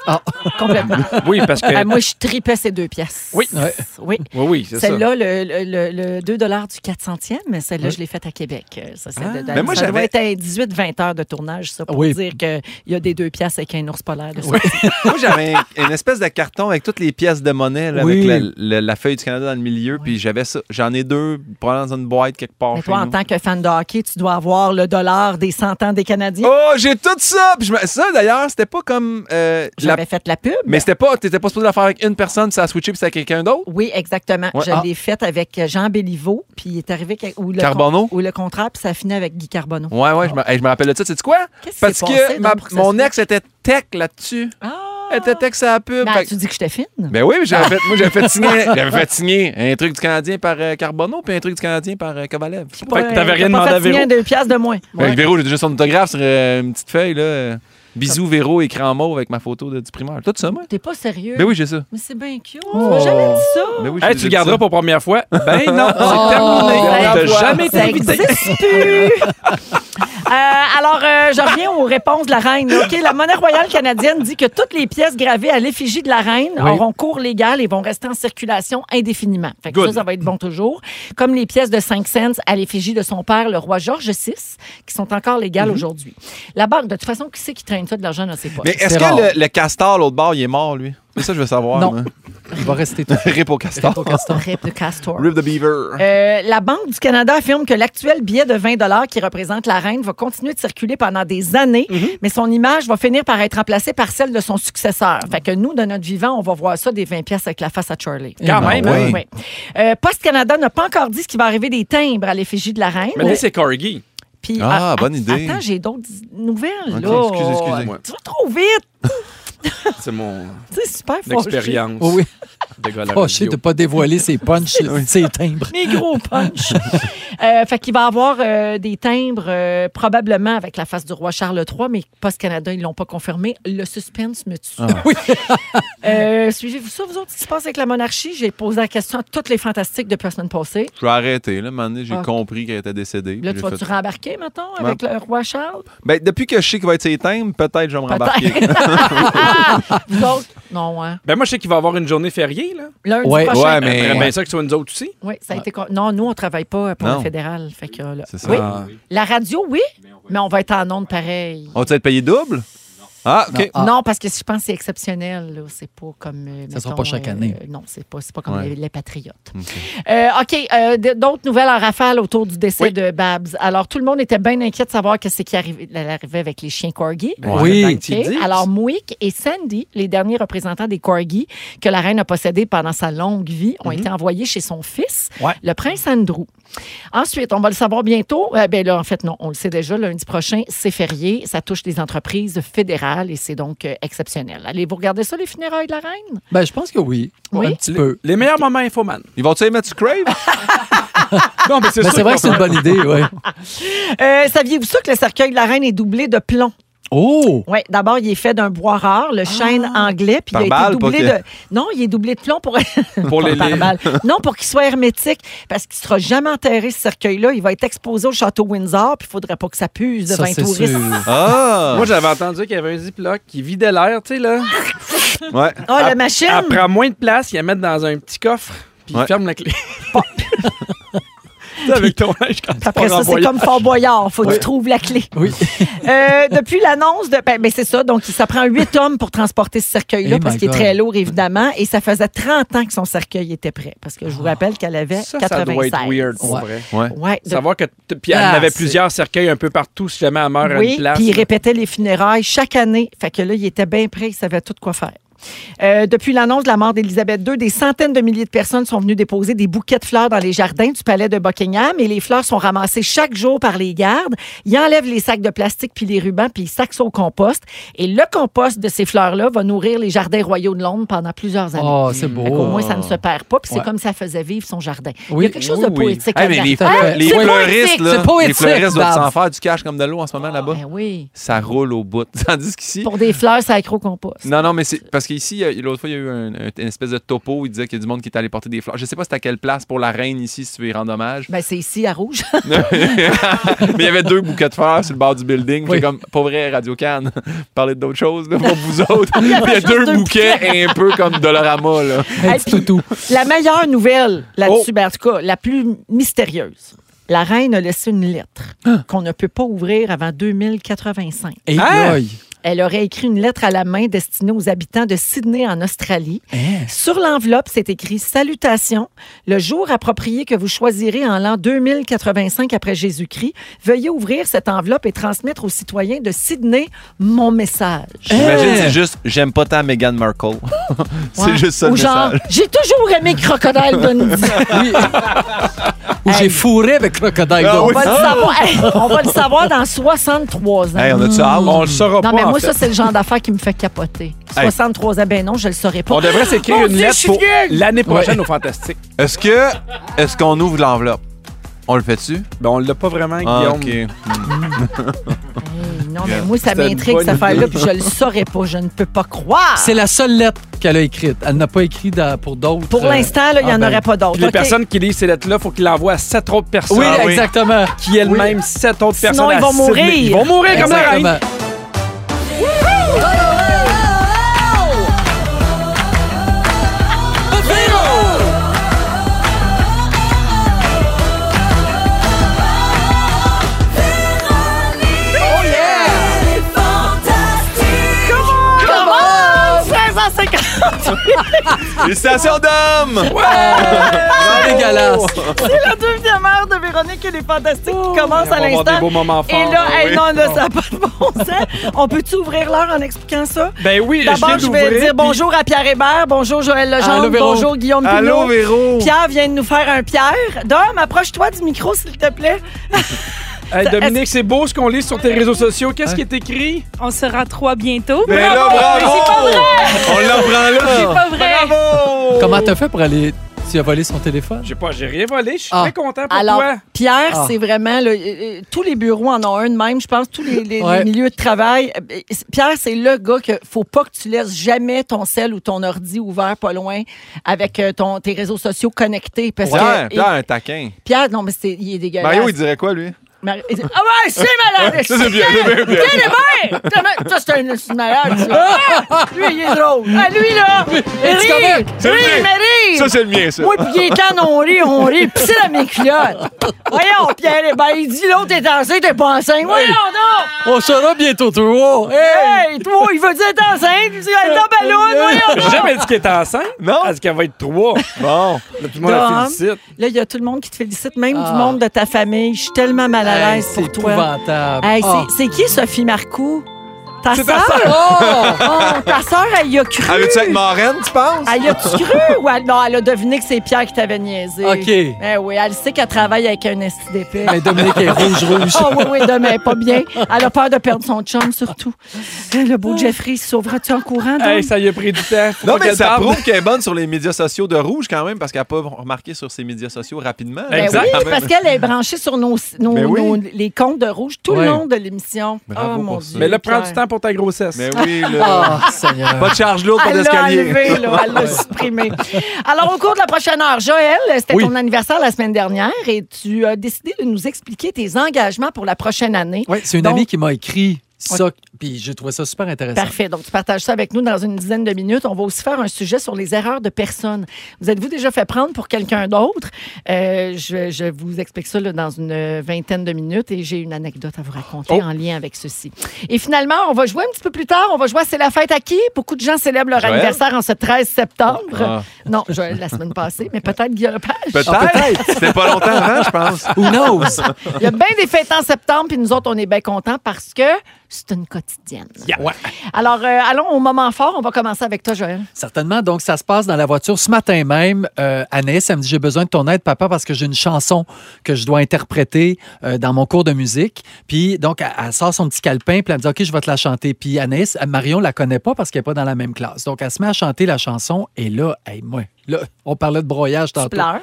C: Ah,
A: Complètement.
B: Oui, parce que.
A: Ah, moi, je tripais ces deux pièces.
B: Oui.
C: Ouais.
A: Oui.
B: Oui, oui, c'est ça.
A: Celle-là, le, le, le, le 2 du 4 centième, celle-là, je l'ai faite à Québec. Euh, Ça, c'est de- de-
D: mais moi,
A: ça doit
D: j'avais-
A: être à 18-20 heures de tournage, ça, pour
C: Oui.
A: dire qu'il y a des deux pièces avec un ours polaire dessus.
D: Moi, j'avais un- une espèce de carton avec toutes les pièces de monnaie, là,
C: Oui.
D: avec la, la- la feuille du Canada dans le milieu. Puis j'avais ça. J'en ai deux, probablement dans une boîte quelque part.
A: Mais
D: chez
A: toi, en
D: nous.
A: tant que fan de hockey, tu dois avoir le dollar des 100 ans des Canadiens.
D: Oh, j'ai tout ça! Puis je me- Ça, d'ailleurs, c'était pas comme. euh, la-
A: J'avais fait la pub.
D: Mais c'était pas. T'étais pas supposé la faire avec une personne, puis ça a switché, puis c'était avec quelqu'un d'autre?
A: Oui, exactement.
D: Ouais,
A: je
D: ah.
A: l'ai faite avec Jean Béliveau, puis il est arrivé... que- Ou le
D: Carbonneau?
A: Ou le contraire, puis ça a fini avec Guy Carbonneau.
D: Ouais, ouais, je me hey, je me rappelle de ça. Tu sais quoi?
A: Qu'est-ce qui
D: Parce
A: s'est passé,
D: que ma-
A: donc, pour que ça
D: mon
A: se
D: ex était tech là-dessus.
A: Ah!
D: Elle était tech à la pub.
A: Mais
D: Fait que-
A: tu dis que j'étais fine?
D: Ben oui, mais j'avais fait, moi j'avais fait signer, j'avais fait signer un truc du Canadien par euh, Carbonneau puis un truc du Canadien par euh, Kovalev.
B: Fait que t'avais rien
A: T'as pas
B: demandé à
A: fait signer
B: Véro.
A: deux pièces de moins.
D: Avec Véro, j'ai déjà son autographe sur euh, une petite feuille là. euh, Bisous Véro écran mauve avec ma photo de- du primaire. Tout ça moi.
A: T'es pas sérieux?
D: Ben oui, j'ai ça.
A: Mais c'est bien cute. Tu m'as jamais dit ça.
D: Ben oui,
B: Hey,
D: j'ai-
B: tu
D: j'ai
B: le garderas
D: ça.
B: pour première fois? Ben non, c'est terminé.
A: ben,
B: On t'a
A: voilà.
B: jamais été
A: Ça
B: invité.
A: existe plus. Euh, alors, euh, je reviens aux réponses de la reine. OK, la monnaie royale canadienne dit que toutes les pièces gravées à l'effigie de la reine auront cours légal et vont rester en circulation indéfiniment. Fait que ça, ça va être bon toujours. Comme les pièces de 5 cents à l'effigie de son père, le roi George VI, qui sont encore légales
B: Mhm.
A: aujourd'hui. La banque, de toute façon, qui c'est qui traîne ça de l'argent dans ses poches?
D: Mais est-ce
C: C'est rare.
D: que le, le castor l'autre bord, il est mort lui C'est ça que je veux savoir.
C: Non.
D: moi.
C: il va rester tout.
D: Rip au castor.
C: Ton castor.
A: Rip de Castor.
D: Rip the beaver.
A: Euh, la Banque du Canada affirme que l'actuel billet de 20 qui représente la reine va continuer de circuler pendant des années,
D: Mhm.
A: mais son image va finir par être remplacée par celle de son successeur. Fait que nous, de notre vivant, on va voir ça des 20 pièces avec la face à Charlie.
C: Eh
B: Quand
C: ben
B: même,
D: hein?
C: ouais.
A: Ouais. Euh, Poste Canada n'a pas encore dit ce qui va arriver des timbres à l'effigie de la reine.
B: Maintenant, c'est Corgi.
A: Puis,
D: Ah,
A: a-
D: bonne idée.
A: Attends, j'ai d'autres nouvelles.
D: Ok,
A: là.
D: excusez, excusez-moi.
A: Tu vas trop vite.
B: C'est mon
A: C'est super fort.
B: expérience.
C: Oh oui,
B: de gars à la
C: fâché de
B: radio.
C: ne pas dévoiler ses punches, ses timbres.
A: Mes gros punch. Euh, fait qu'il va avoir euh, des timbres euh, probablement avec la face du roi Charles III, mais Post Canada, ils l'ont pas confirmé. Le suspense me
D: Ah.
A: tue.
C: Oui.
A: Euh, Suivez-vous ça, vous autres, ce qui se passe avec la monarchie? J'ai posé la question à toutes les fantastiques depuis la semaine passée.
D: Je vais arrêter là, un moment donné, j'ai
A: Ah.
D: compris qu'elle était décédée.
A: Là,
D: puis
A: tu
D: j'ai
A: vas-tu
D: fait-
A: rembarquer, mettons, avec le roi Charles?
D: Ben, depuis que je sais qu'il va être ses thèmes, peut-être je vais me rembarquer.
A: Peut-être. vous autres? Non, hein.
B: Ben moi, je sais qu'il va y avoir une journée fériée. là.
A: Lundi
C: Ouais,
A: prochain.
D: ouais, mais-
B: J'aimerais bien ça que ce soit nous autres aussi.
A: Oui, ça a été. con- Non, nous, on travaille pas pour
D: Non.
A: le fédéral. Fait que, là-
D: C'est ça.
A: Oui.
B: Ah.
A: La radio, oui, mais on va être en ondes pareil.
D: On va être payé double? Ah, OK.
C: Ah.
A: Non, parce que je pense que c'est exceptionnel. là. C'est pas comme. euh,
C: Ça sera
A: mettons,
C: pas chaque
A: euh,
C: année.
A: euh, non, c'est pas, c'est pas comme
D: Ouais.
A: les, les patriotes. Euh, OK, euh, d- d'autres nouvelles en rafale autour du décès
B: Oui.
A: de Babs. Alors, tout le monde était bien inquiet de savoir qu'est-ce qui arrivait, l'arrivée avec les chiens corgi.
C: Oui.
B: le temps que tu le
A: OK?
B: dises.
A: Alors, Mouik et Sandy, les derniers représentants des corgis que la reine a possédés pendant sa longue vie,
B: Mhm.
A: ont été envoyés chez son fils,
C: Ouais.
A: le prince Andrew. Ensuite, on va le savoir bientôt. Euh, ben là, en fait, non, on le sait déjà, lundi prochain, c'est férié. Ça touche les entreprises fédérales et c'est donc euh, exceptionnel. Allez-vous regarder ça, les funérailles de la reine?
C: Ben, je pense que oui.
A: Oui.
C: Un petit peu.
B: Les meilleurs moments Infoman.
D: Ils vont-tu les mettre sur Crave?
B: Non, mais c'est
C: Ben,
B: sûr
C: c'est vrai
B: qu'on
C: que c'est une bonne idée, oui.
A: Euh, Saviez-vous ça que le cercueil de la reine est doublé de plomb?
C: Oh!
A: Oui, d'abord, il est fait d'un bois rare, le chêne
C: Ah.
A: anglais, puis
D: Par
A: il a
D: balle,
A: été doublé
D: pas que-
A: de. Non, il est doublé de plomb pour.
B: Pour les-
A: Par
B: les-
A: balle. Non, pour qu'il soit hermétique, parce qu'il ne sera jamais enterré, ce cercueil-là. Il va être exposé au château Windsor, puis il ne faudrait pas que ça pue devant
C: Ça,
A: les
C: c'est
A: touristes.
C: sûr.
D: Ah!
B: Moi, j'avais entendu qu'il y avait un Ziploc qui vidait l'air, tu sais, là.
D: ouais.
A: Ah, la
B: Elle-
A: machine!
B: Elle prend moins de place, il la met dans un petit coffre, puis il
D: Ouais.
B: ferme la clé. Pop! Tu sais, avec ton linge quand tu
A: Après
B: pars en
A: ça, c'est
B: voyage.
A: comme Fort Boyard. Faut que tu trouves la clé.
C: Oui.
A: Euh, depuis l'annonce de. Ben, ben, c'est ça. Donc, ça prend huit hommes pour transporter ce cercueil-là
C: Eh
A: parce
C: my
A: qu'il est
C: God.
A: très lourd, évidemment. Et ça faisait 30 ans que son cercueil était prêt. Parce que je
C: Ah.
A: vous rappelle qu'elle avait
B: Ça,
A: 96.
B: ça doit être weird, pour
C: Ouais.
B: vrai.
D: Ah, Ouais.
A: Ouais, de-
B: Savoir que. t- Puis elle
C: Ah,
B: avait
C: c'est-
B: plusieurs cercueils un peu partout si jamais elle meurt à
A: Oui,
B: une place.
A: puis il répétait les funérailles chaque année. Fait que là, il était bien prêt, il savait tout quoi faire. Euh, depuis l'annonce de la mort d'Élisabeth II, des centaines de milliers de personnes sont venues déposer des bouquets de fleurs dans les jardins du palais de Buckingham et les fleurs sont ramassées chaque jour par les gardes. Ils enlèvent les sacs de plastique puis les rubans puis ils saquent ça au compost. Et le compost de ces fleurs-là va nourrir les jardins royaux de Londres pendant plusieurs années.
C: Oh, c'est beau.
A: Fait qu'au moins, ça ne se perd pas, puis c'est
C: Ouais.
A: comme ça faisait vivre son jardin. Il y a
C: Oui,
A: quelque chose
C: oui,
A: de
C: oui.
A: poétique
D: Hey, mais les,
A: là-dedans.
C: Ah,
D: fleurs- les
C: c'est
D: fleuristes,
C: poétique,
D: là,
C: c'est poétique,
D: les fleuristes doivent
C: Babs.
D: s'en faire du cash comme de l'eau en ce moment là-bas.
A: Ben oui.
D: Ça roule au bout. Tandis qu'ici,
A: Pour des fleurs, ça accro compost.
D: non, non, mais c'est parce qu'ici, il y a- l'autre fois, il y a eu un- un- une espèce de topo où il disait qu'il y a du monde qui est allé porter des fleurs. Je sais pas c'était à quelle place pour la reine ici, si tu veux y rendre hommage.
A: Ben, c'est ici, à Rouge.
D: Mais il y avait deux bouquets de fleurs sur le bord du building. Puis
C: Oui.
D: J'ai comme, pas vrai, Radio Cannes, parlez d'autres choses, là, pour vous autres. Puis il y a deux bouquets un peu comme Dolorama, là.
C: Un petit toutou.
A: La meilleure nouvelle là-dessus,
D: Oh.
A: ben, en tout cas, la plus mystérieuse. La reine a laissé une lettre
D: Hein?
A: qu'on ne peut pas ouvrir avant 2085.
C: Et
B: Ah!
C: aïe.
A: Elle aurait écrit une lettre à la main destinée aux habitants de Sydney en Australie.
C: Hein?
A: Sur l'enveloppe, c'est écrit Salutations. Le jour approprié que vous choisirez en l'an 2085 après Jésus-Christ, veuillez ouvrir cette enveloppe et transmettre aux citoyens de Sydney mon message.
D: J'imagine, c'est juste, j'aime pas tant Meghan Markle.
A: Ouais.
D: c'est juste ça le
A: Ou genre,
D: message.
A: j'ai toujours aimé Crocodile Dundee.
C: Oui. Ou j'ai fourré avec Crocodile
D: Ah
C: Dundee.
A: On va, le savoir, Hey, on va le savoir dans 63 ans.
D: Hey, Mmh. on a-tu hâte?
B: Oh! On le saura
A: non,
B: pas.
A: mais
B: en
A: moi,
B: fait.
A: ça, c'est le genre d'affaire qui me fait capoter.
D: Hey.
A: 63 ans, ben non, je le saurais pas.
B: On devrait s'écrire
A: Mon
B: une
A: Dieu,
B: lettre
A: je suis
B: pour
A: vieille!
B: l'année prochaine au Fantastique.
D: Est-ce que, est-ce qu'on ouvre l'enveloppe? On le fait-tu?
B: Ben, on l'a pas vraiment,
D: Ah,
B: Guillaume.
A: Hey, Non, mais moi, ça
B: C'était une
A: m'intrigue,
B: bonne
A: cette affaire-là, puis je le saurais pas. Je ne peux pas croire.
C: C'est la seule lettre qu'elle a écrite. Elle n'a pas écrit dans- pour d'autres.
A: Pour
C: euh,
A: l'instant, là, il n'y
C: ah,
A: en
C: ben,
A: aurait pas d'autres.
B: Puis les
A: OK?
B: personnes qui lisent ces lettres-là, il faut qu'ils l'envoient à sept autres personnes.
C: Oui,
D: Ah oui.
C: exactement.
B: Qui elles-mêmes, sept autres
A: Sinon,
B: personnes.
A: ils
B: à
A: vont
B: Sydney.
A: mourir.
B: Ils vont mourir comme hein? la reine.
C: Exactement.
A: Comment? 16h50,
D: Ah. Félicitations d'hommes!
C: C'est dégueulasse.
A: c'est la deuxième heure de Véronique et les Fantastiques qui commence
B: On
A: à
B: va avoir des beaux
A: l'instant.
B: moments
A: Et
B: Oh, forts.
A: là,
D: Ah
A: hey,
D: oui.
A: non, là, ça n'a pas de bon sens. On peut-tu ouvrir l'heure en expliquant ça?
B: Ben oui,
A: D'abord, je vais dire bonjour à Pierre Hébert, bonjour Joël Legendre,
C: Allô, Véro.
A: bonjour Guillaume Pinot.
D: Allô, Véro!
A: Oh. Pierre vient de nous faire un Pierre. Dom, approche-toi du micro, s'il te plaît.
B: Dominique, c'est beau ce qu'on lit sur tes réseaux sociaux. Qu'est-ce qui est écrit?
I: On sera trois bientôt.
D: Mais Ben là, bravo! On l'en prend là!
I: Pas vrai.
B: Oh.
D: Bravo!
C: Comment t'as fait pour aller. Tu as volé son téléphone?
B: J'ai pas, j'ai rien volé. Je suis
C: Ah.
B: très content pour
A: Alors,
B: toi.
A: Pierre,
C: Ah.
A: c'est vraiment. le- euh, euh, tous les bureaux en ont un de même, je pense, tous les, les- les
C: Ouais.
A: milieux de travail. Euh, euh, Pierre, c'est le gars que faut pas que tu laisses jamais ton cell ou ton ordi ouvert pas loin avec euh, ton, tes réseaux sociaux connectés. Parce
D: Pierre,
A: que,
D: Pierre, un taquin.
A: et- Pierre, non, mais c'est, il est dégueulasse.
D: Mario, il dirait quoi, lui?
A: Mario, il dit, Ah ouais, c'est malade!
D: Ça, c'est bien, c'est bien, bien.
A: Pierre Hébert! T'as- Ça, c'est un c'est une malade, ça. Ah! Lui, il est drôle. Ah, lui, là! Rire!
D: C'est
A: Rire,
D: vrai.
A: mais rire!
D: Ça, c'est le mien, ça.
A: Oui, puis il est quand on rit, on rit. Puis c'est la mes culottes. Voyons, Pierre, ben, il dit l'autre est enceinte, t'es pas enceinte. Voyons, non!
C: On saura bientôt toi.
A: Hey, toi, il veut dire t'es enceinte. Il dit, elle est en ballon, voyons!
B: J'ai jamais dit qu'elle est enceinte.
D: Non.
B: Parce qu'elle va être trois.
D: Bon.
B: Tout le monde la
A: Dom.
B: félicite.
A: Là, il y a tout le monde qui te félicite, même
C: Ah.
A: du monde de ta famille. Je suis tellement mal à l'aise
C: C'est
A: pour toi.
C: épouvantable.
A: Hey, c'est-
C: Ah.
A: c'est qui Sophie Marcoux? Ta
B: C'est ta
A: sœur?
C: Ah.
A: Oh, ta sœur, elle y a cru.
D: Avais-tu avec Marraine, tu penses?
A: Elle a tu cru ou elle, non, elle a deviné que c'est Pierre qui t'avait niaisé?
C: OK.
A: Ben oui, elle sait qu'elle travaille avec un esti d'épée.
C: Mais Dominique est rouge-rouge.
A: Oh oui, oui, demain, pas bien. Elle a peur de perdre son chum, surtout. Hein, Le beau Jeffrey, sauvera-tu en courant? Dom?
B: Ah. Hey, ça y a pris du temps. Faut
D: Non,
B: pas
D: mais
B: qu'elle
D: ça
B: parle.
D: prouve qu'elle est bonne sur les médias sociaux de rouge quand même, parce qu'elle peut remarquer sur ses médias sociaux rapidement.
A: Ben
B: exact,
A: oui,
D: Quand même.
A: parce qu'elle est branchée sur nos, nos-
D: Ben oui.
A: nos- les comptes de rouge tout
C: Ouais.
A: le long de l'émission.
D: Bravo
A: oh, mon
D: pour ça.
A: Dieu,
B: Mais là, prends du
A: Pierre.
B: temps pour ta grossesse.
D: Mais oui, là.
C: Ah, Seigneur.
D: Pas de charge lourde pour
A: Elle l'a
D: l'escalier.
A: enlevé, là, elle l'a supprimé. Alors, au cours de la prochaine heure, Joël, c'était
C: Oui.
A: ton anniversaire la semaine dernière et tu as décidé de nous expliquer tes engagements pour la prochaine année.
C: Ouais, c'est une
A: Donc-
C: amie qui m'a écrit ça, puis j'ai trouvé ça super intéressant.
A: Parfait. Donc, tu partages ça avec nous dans une dizaine de minutes. On va aussi faire un sujet sur les erreurs de personnes. Vous êtes-vous déjà fait prendre pour quelqu'un d'autre? Euh, je, je vous explique ça là, dans une vingtaine de minutes et j'ai une anecdote à vous raconter
D: Oh!
A: en lien avec ceci. Et finalement, on va jouer un petit peu plus tard. On va jouer à C'est la fête à qui? Beaucoup de gens célèbrent leur
D: Joël?
A: anniversaire en ce 13 septembre.
D: Ah.
A: Non, Joël, la semaine passée, mais peut-être Guillaume Lepage.
D: Peut-être. C'était pas longtemps avant, je pense.
C: Who knows?
A: Il y a bien des fêtes en septembre, puis nous autres, on est bien contents parce que c'est une quotidienne.
C: Ouais.
A: Alors, euh, allons au moment fort. On va commencer avec toi, Joël.
C: Certainement. Donc, ça se passe dans la voiture. Ce matin même, euh, Anaïs, elle me dit J'ai besoin de ton aide, papa, parce que j'ai une chanson que je dois interpréter euh, dans mon cours de musique. Puis, donc, elle, elle sort son petit calepin, puis elle me dit Ok, je vais te la chanter. Puis, Anaïs, euh, Marion la connaît pas parce qu'elle n'est pas dans la même classe. Donc, elle se met à chanter la chanson, et là, hey, moi, là, on parlait de broyage
A: Tu
C: tantôt.
A: pleures.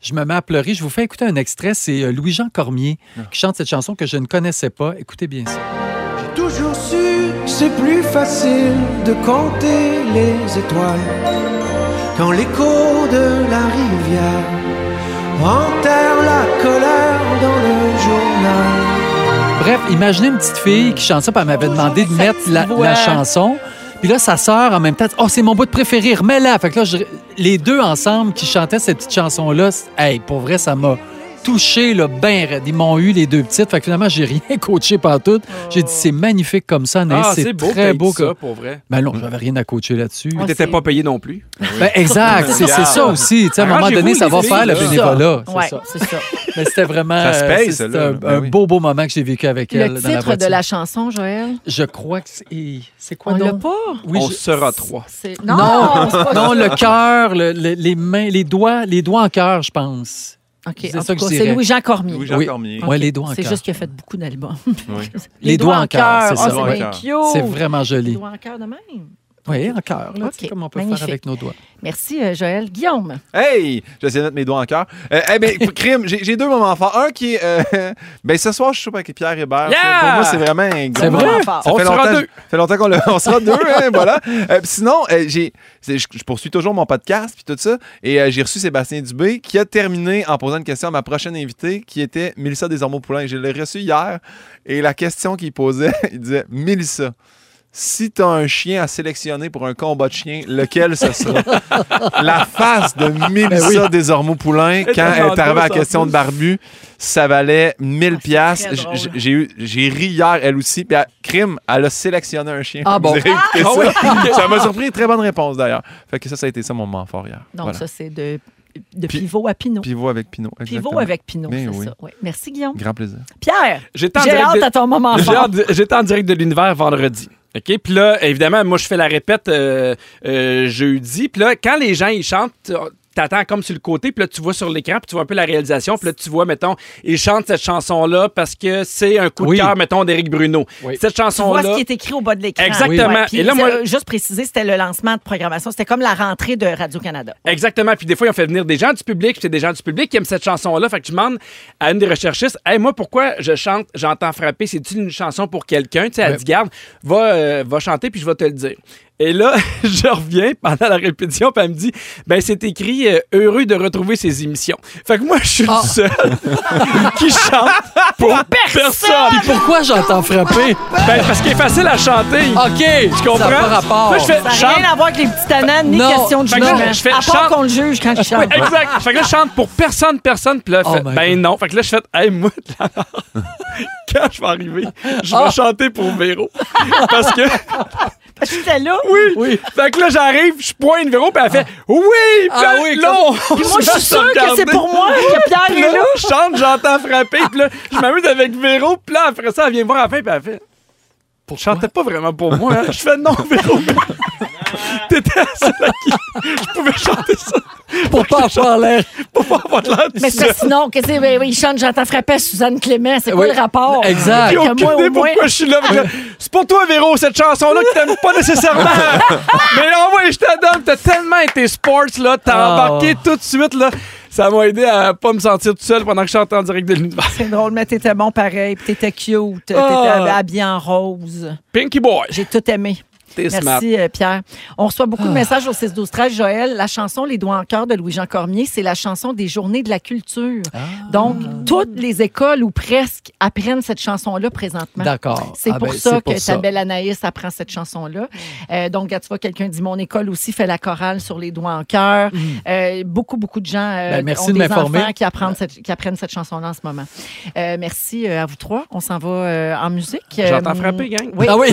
C: Je me mets à pleurer. Je vous fais écouter un extrait. C'est euh, Louis-Jean Cormier qui chante cette chanson que je ne connaissais pas. Écoutez bien ça.
I: toujours su, c'est plus facile de compter les étoiles quand l'écho de la rivière enterre la colère dans le journal.
C: Bref, imaginez une petite fille qui chante ça, puis elle m'avait demandé de mettre la,
A: voix.
C: la chanson. Puis là, sa sœur, en même temps, oh, c'est mon bout de préféré, remets-la. Fait que là, je- les deux ensemble qui chantaient cette petite chanson-là, c'est- hey, pour vrai, ça m'a touché, là, ben raide. Ils m'ont eu, les deux petites. Fait que finalement, j'ai rien coaché partout. J'ai dit, c'est magnifique comme ça, Anaïs.
B: Ah,
C: c'est
B: beau,
C: très
B: que
C: beau.
B: t'aies dit ça,
C: comme-
B: pour vrai.
C: Ben non, j'avais rien à coacher là-dessus.
B: Tu
A: Ah,
B: T'étais pas payé non plus.
C: Ben, exact, c'est c'est ça aussi. Tu sais, à
D: Ah,
C: un moment
B: Arrangez-vous,
C: donné, ça
B: les
C: va
B: filles,
C: faire le
B: là.
C: bénévolat. C'est
A: Oui,
C: ça.
A: c'est ça.
C: Mais c'était vraiment
D: Ça se
C: euh,
D: paye,
C: c'est-
D: ça,
C: c'est
D: là.
C: un,
D: Ben
C: un
D: oui.
C: beau, beau moment que j'ai vécu avec elle
J: Le
C: dans la
J: titre de
C: voiture.
J: la chanson, Joël,
C: Je crois que c'est... C'est quoi
J: on l'a
C: donc?
J: pas.
C: Oui,
B: On
C: je-
B: sera trois.
J: C'est-
C: Non,
J: Non, c'est pas-
C: non, le cœur, le- le- les mains, les doigts, les doigts en cœur, je pense.
J: Ok,
C: c'est
J: en
C: ça que
J: tout cas,
C: je
J: c'est
C: dirais.
J: Louis-Jean Cormier.
D: Louis-Jean
C: Oui.
D: Cormier.
C: Ouais, les doigts en
J: C'est
C: cœur.
J: juste qu'il a fait beaucoup d'albums.
C: Les, doigts, en cœur, c'est
J: Ah,
C: ça.
J: c'est
C: ouais.
J: bien
D: Ouais.
A: Oh!
J: cute.
C: C'est vraiment
J: Les
C: joli.
J: doigts en cœur de même.
C: Oui, en cœur, là,
J: Ok,
C: tu sais, comme on peut
J: magnifique.
C: faire avec nos doigts.
J: Merci, euh, Joël. Guillaume.
D: Hey! J'essaie de mettre mes doigts en cœur. Euh, eh ben, crime, j'ai j'ai deux moments forts. Un qui est. euh, ben, ce soir, je suis avec Pierre Hébert.
B: Yeah!
D: Ça, Pour moi, c'est vraiment un gros
C: C'est vrai?
D: moment
B: On
D: fait
B: sera
D: longtemps,
B: deux.
D: Ça fait longtemps qu'on le- on sera deux, hein, voilà. Euh, pis sinon, euh, j'ai, c'est- je, je poursuis toujours mon podcast puis tout ça, et euh, j'ai reçu Sébastien Dubé qui a terminé en posant une question à ma prochaine invitée, qui était Mélissa Desormeaux-Poulain. Je l'ai reçue hier, et la question qu'il posait, il disait « Mélissa, si t'as un chien à sélectionner pour un combat de chiens, lequel ce sera? » La face de
C: Ben
D: Mélissa Desormeaux-Poulain quand elle
B: tellement
D: est arrivée à la
B: douce, en
D: question de Barbu, ça valait 1000 piastres.
A: très
D: J-
A: drôle.
D: j- j'ai eu- j'ai ri hier, elle aussi. Puis, elle- crime, elle a sélectionné un chien.
C: Ah
D: Vous
C: bon?
D: irez écouter ça. ça m'a surpris. Très bonne réponse, d'ailleurs. Fait que ça, ça a été ça mon moment fort hier.
J: Donc,
D: Voilà.
J: ça, c'est de, de
D: Pi-
J: pivot à Pinot.
D: Pivot avec Pinot. exactement.
J: Pivot avec Pinot,
D: Mais
J: c'est
D: oui.
J: ça. Ouais. Merci, Guillaume.
D: Grand plaisir.
A: Pierre,
B: J'étais en
A: j'ai
B: direct
A: hâte
B: de-
A: à ton moment
B: J'ai
A: fort.
B: hâte- J'étais en direct de l'univers vendredi. OK? Puis là, évidemment, moi, je fais la répète euh, euh, jeudi. Puis là, quand les gens, ils chantent, tu- t'attends comme sur le côté, puis là, tu vois sur l'écran, puis tu vois un peu la réalisation. Puis là, tu vois, mettons, ils chantent cette chanson-là parce que c'est un coup
C: Oui.
B: de cœur, mettons, d'Éric Bruno.
C: Oui.
B: Cette
A: Tu vois ce
B: chanson-là...
A: qui est écrit au bas de l'écran.
B: Exactement.
A: Ouais, puis
B: Et là,
A: c'est-
B: moi-
A: euh, juste préciser, c'était le lancement de programmation. C'était comme la rentrée de Radio-Canada.
B: Exactement. Puis des fois, ils ont fait venir des gens du public, puis c'est des gens du public qui aiment cette chanson-là. Fait que je demande à une des recherchistes, hey, moi, pourquoi je chante J'entends frapper C'est-tu une chanson pour quelqu'un Tu sais, elle
C: Ouais.
B: dit, garde, va, euh, va chanter, puis je vais te le dire. Et là, je reviens pendant la répétition, puis elle me dit, ben c'est écrit euh, heureux de retrouver ses émissions. Fait que moi, je suis le seul qui chante pour personne.
C: Puis pourquoi j'entends frapper?
B: Ben, parce qu'il est facile à chanter.
C: OK, je
B: tu
C: Ah,
B: comprends
C: Ça n'a pas rapport.
B: Là, je fais,
A: Ça n'a
B: chante
A: rien à voir avec les petites ananes, ni
C: Non.
A: question de
B: Fait que
A: jugement.
B: là, je fais-
A: à
B: je
A: part
B: chante-
A: qu'on le juge quand je
B: Oui,
A: chante.
B: exact. Fait que là, je chante pour personne, personne. Puis là,
C: Oh
B: fait,
C: my
B: ben
C: God.
B: non. Fait que là, je fais, hey, moi, quand je vais arriver, je vais chanter pour Véro. Parce que,
A: J'étais là.
B: oui. Fait que là, j'arrive, je pointe Véro, puis elle fait, oui, ben puis
C: Ah oui,
B: là, on-
A: Puis moi,
B: on
A: je
B: se met
A: suis
B: à se
A: sûre que
B: regarder.
A: c'est pour moi que Pierre
B: Puis
A: est
B: là,
A: là.
B: je chante, j'entends frapper. Puis là, je m'amuse avec Véro. Puis là, après ça, elle vient me voir à la fin, puis elle fait, je chantais pas vraiment pour moi. hein. Je fais, non, Véro. T'étais celle à qui je pouvais chanter ça
C: Pour pas avoir l'air.
B: pour pas avoir l'air tout
J: Mais
B: seul.
J: ça, sinon, qu'est-ce que c'est? Ben oui, il chante J'entends frapper à Suzanne Clément. C'est quoi
C: Oui.
J: le rapport?
C: Exact.
B: J'ai
J: Que
B: aucune
J: moi, au
B: idée
J: moins-
B: pourquoi je suis là. Fait que C'est pour toi, Véro, cette chanson-là que t'aimes pas nécessairement. Mais là, ouais, je t'adore. T'as tellement été sports, là. T'as
J: Oh.
C: Ah,
B: embarqué
C: ouais.
B: tout de suite, là. Ça m'a aidé à pas me sentir tout seul pendant que je chantais en direct de l'univers.
A: C'est drôle, mais t'étais bon pareil. Puis t'étais cute. T'étais
B: Ah.
A: habillé en rose.
B: Pinky Boy,
A: J'ai tout aimé.
B: t'es smart.
A: Merci, euh, Pierre. On reçoit beaucoup de messages au 6 12 13 Joël, la chanson Les doigts en cœur de Louis-Jean Cormier, c'est la chanson des journées de la culture.
C: Ah.
A: Donc, toutes les écoles ou presque apprennent cette chanson-là présentement.
C: D'accord.
A: C'est
C: Ah
A: pour
C: ben,
A: ça
C: c'est
A: que ta belle Anaïs apprend cette chanson-là. Euh, donc, quand tu vois, quelqu'un dit Mon école aussi fait la chorale sur les doigts en cœur. Euh, beaucoup, beaucoup de gens euh,
C: Mm. Ben, merci
A: ont
C: de
A: des
C: m'informer.
A: enfants qui, apprennent cette, qui apprennent cette chanson-là en ce moment. Euh, merci euh, à vous trois. On s'en va euh, en musique.
B: J'entends
A: Euh,
B: frapper, gang.
A: Oui.
C: Ah oui?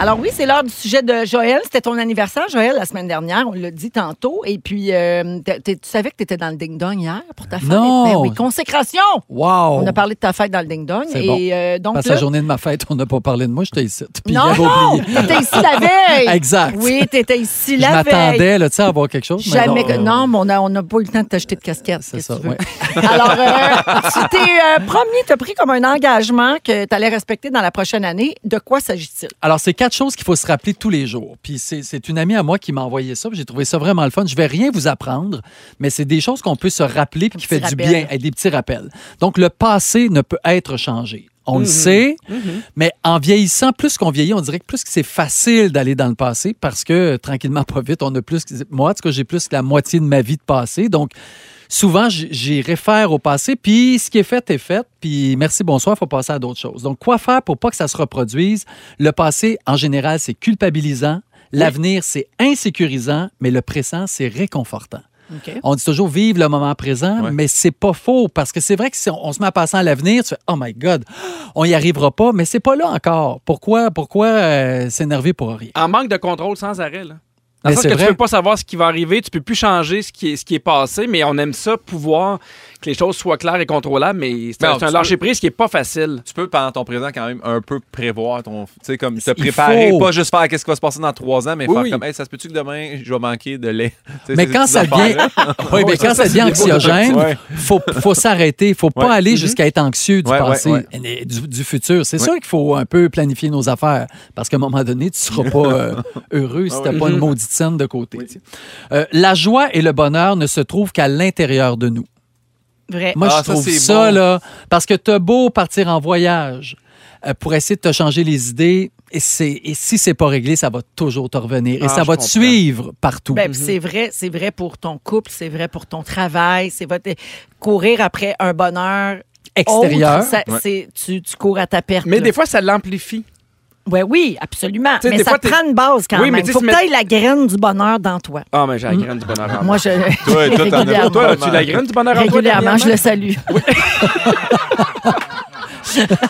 A: Alors oui, c'est l'heure du sujet de Joël. C'était ton anniversaire, Joël, la semaine dernière. On l'a dit tantôt. Et puis, euh, t'es- t'es- tu savais que tu étais dans le ding-dong hier pour ta fête.
C: Non.
A: Ben oui, consécration.
C: Wow!
A: On a parlé de ta fête dans le ding-dong.
C: C'est bon.
A: Et euh, donc,
C: Parce que
A: là-
C: la journée de ma fête, on n'a pas parlé de moi, j'étais ici. Puis
A: non,
C: il avait
A: non,
C: oublié.
A: t'étais ici la veille.
C: Exact.
A: Oui, t'étais ici
C: Je
A: la veille.
C: m'attendais, là, tu sais, à avoir quelque chose. mais
A: Jamais.
C: non,
A: que-
C: euh,
A: non, mais on n'a on a pas eu le temps de t'acheter de casquette.
C: C'est
A: qu'est-ce
C: ça,
A: que tu veux.
C: ouais.
A: Alors, euh, tu t'es euh, promis, t'as pris comme un engagement que t'allais respecter dans la prochaine année. De quoi s'agit-il?
C: Alors, c'est quatre choses qu'il faut se rappeler tous les jours. Puis c'est c'est une amie à moi qui m'a envoyé ça. puis J'ai trouvé ça vraiment le fun. Je vais rien vous apprendre, mais c'est des choses qu'on peut se rappeler puis qui fait
A: petit
C: du
A: rappel.
C: bien, et des petits rappels. Donc, le passé ne peut être changé. On
A: Mm-hmm.
C: le sait, mais en vieillissant, plus qu'on vieillit, on dirait que plus que c'est facile d'aller dans le passé parce que euh, tranquillement, pas vite, on a plus. Moi, en tout cas, j'ai plus que la moitié de ma vie de passé. Donc, souvent, j- j'y réfère au passé, puis ce qui est fait est fait, puis merci, bonsoir, il faut passer à d'autres choses. Donc, quoi faire pour pas que ça se reproduise? Le passé, en général, c'est culpabilisant. L'avenir, c'est insécurisant, mais le présent, c'est réconfortant. On dit toujours vivre le moment présent, mais c'est pas faux parce que c'est vrai que si on, on se met à passer à l'avenir, tu fais oh my god, on y arrivera pas, mais c'est pas là encore. Pourquoi pourquoi euh, s'énerver pour rien
B: En manque de contrôle sans arrêt. Là.
C: Mais
B: Dans le sens
C: c'est
B: que
C: vrai.
B: tu peux pas savoir ce qui va arriver, tu peux plus changer ce qui est, ce qui est passé, mais on aime ça, pouvoir que les choses soient claires et contrôlables, mais c'est
D: Ben,
B: un- c'est un
D: tu
B: lâcher-prise qui est pas facile.
D: Tu peux, pendant ton présent, quand même un peu prévoir ton. Tu sais, comme te
C: Il
D: préparer,
C: faut.
D: pas juste faire qu'est-ce qui va se passer dans trois ans, mais
B: Oui,
D: faire
B: oui.
D: comme, hey, ça se peut-tu que demain, je vais manquer de lait? Tu sais,
C: Mais
D: ces
C: quand
D: petites
C: ça devient,
D: affaires-là.
C: oui, mais quand ça devient anxiogène,
D: Ouais.
C: faut, faut s'arrêter. faut pas
D: Ouais. Mm-hmm.
C: aller jusqu'à être anxieux du
D: Ouais, ouais,
C: passé,
D: ouais.
C: et Du, du futur. C'est sûr qu'il faut un peu planifier nos affaires parce qu'à un moment donné, tu seras pas euh, heureux si
D: Ah
C: t'as pas
D: Mm-hmm.
C: une maudite scène de côté. tu sais. Euh, la joie et le bonheur ne se trouvent qu'à l'intérieur de nous.
A: Vrai.
C: Moi,
D: Ah,
C: je
D: ça,
C: trouve
D: c'est
C: ça,
D: bon.
C: là, parce que t'as beau partir en voyage euh, pour essayer de te changer les idées, et, c'est- et si c'est pas réglé, ça va toujours te revenir. Et
B: Ah,
C: ça
B: je
C: va te
B: comprends.
C: suivre partout.
B: Mm-hmm.
A: Ben, puis c'est vrai, c'est vrai pour ton couple, c'est vrai pour ton travail, c'est votre courir après un bonheur
C: Extérieur.
A: autre, ça-
D: Ouais.
A: c'est- tu, tu cours à ta perte.
B: Mais
A: là.
B: des fois, ça l'amplifie.
A: Ouais, oui, absolument.
B: Tu sais,
A: mais
B: des
A: ça
B: fois,
A: te
B: t'es-
A: prend une base quand
B: Oui, mais
A: même.
B: tu sais,
A: Faut
B: tu
A: que
B: mets-
A: t'ailles la graine du bonheur dans toi.
B: Ah, mais j'ai la graine du bonheur. en moi.
A: Moi, je
D: Toi, toi, t'en as pas,
B: Toi,
D: toi,
B: as-tu la graine du bonheur en toi, hein?
A: régulièrement, je le salue.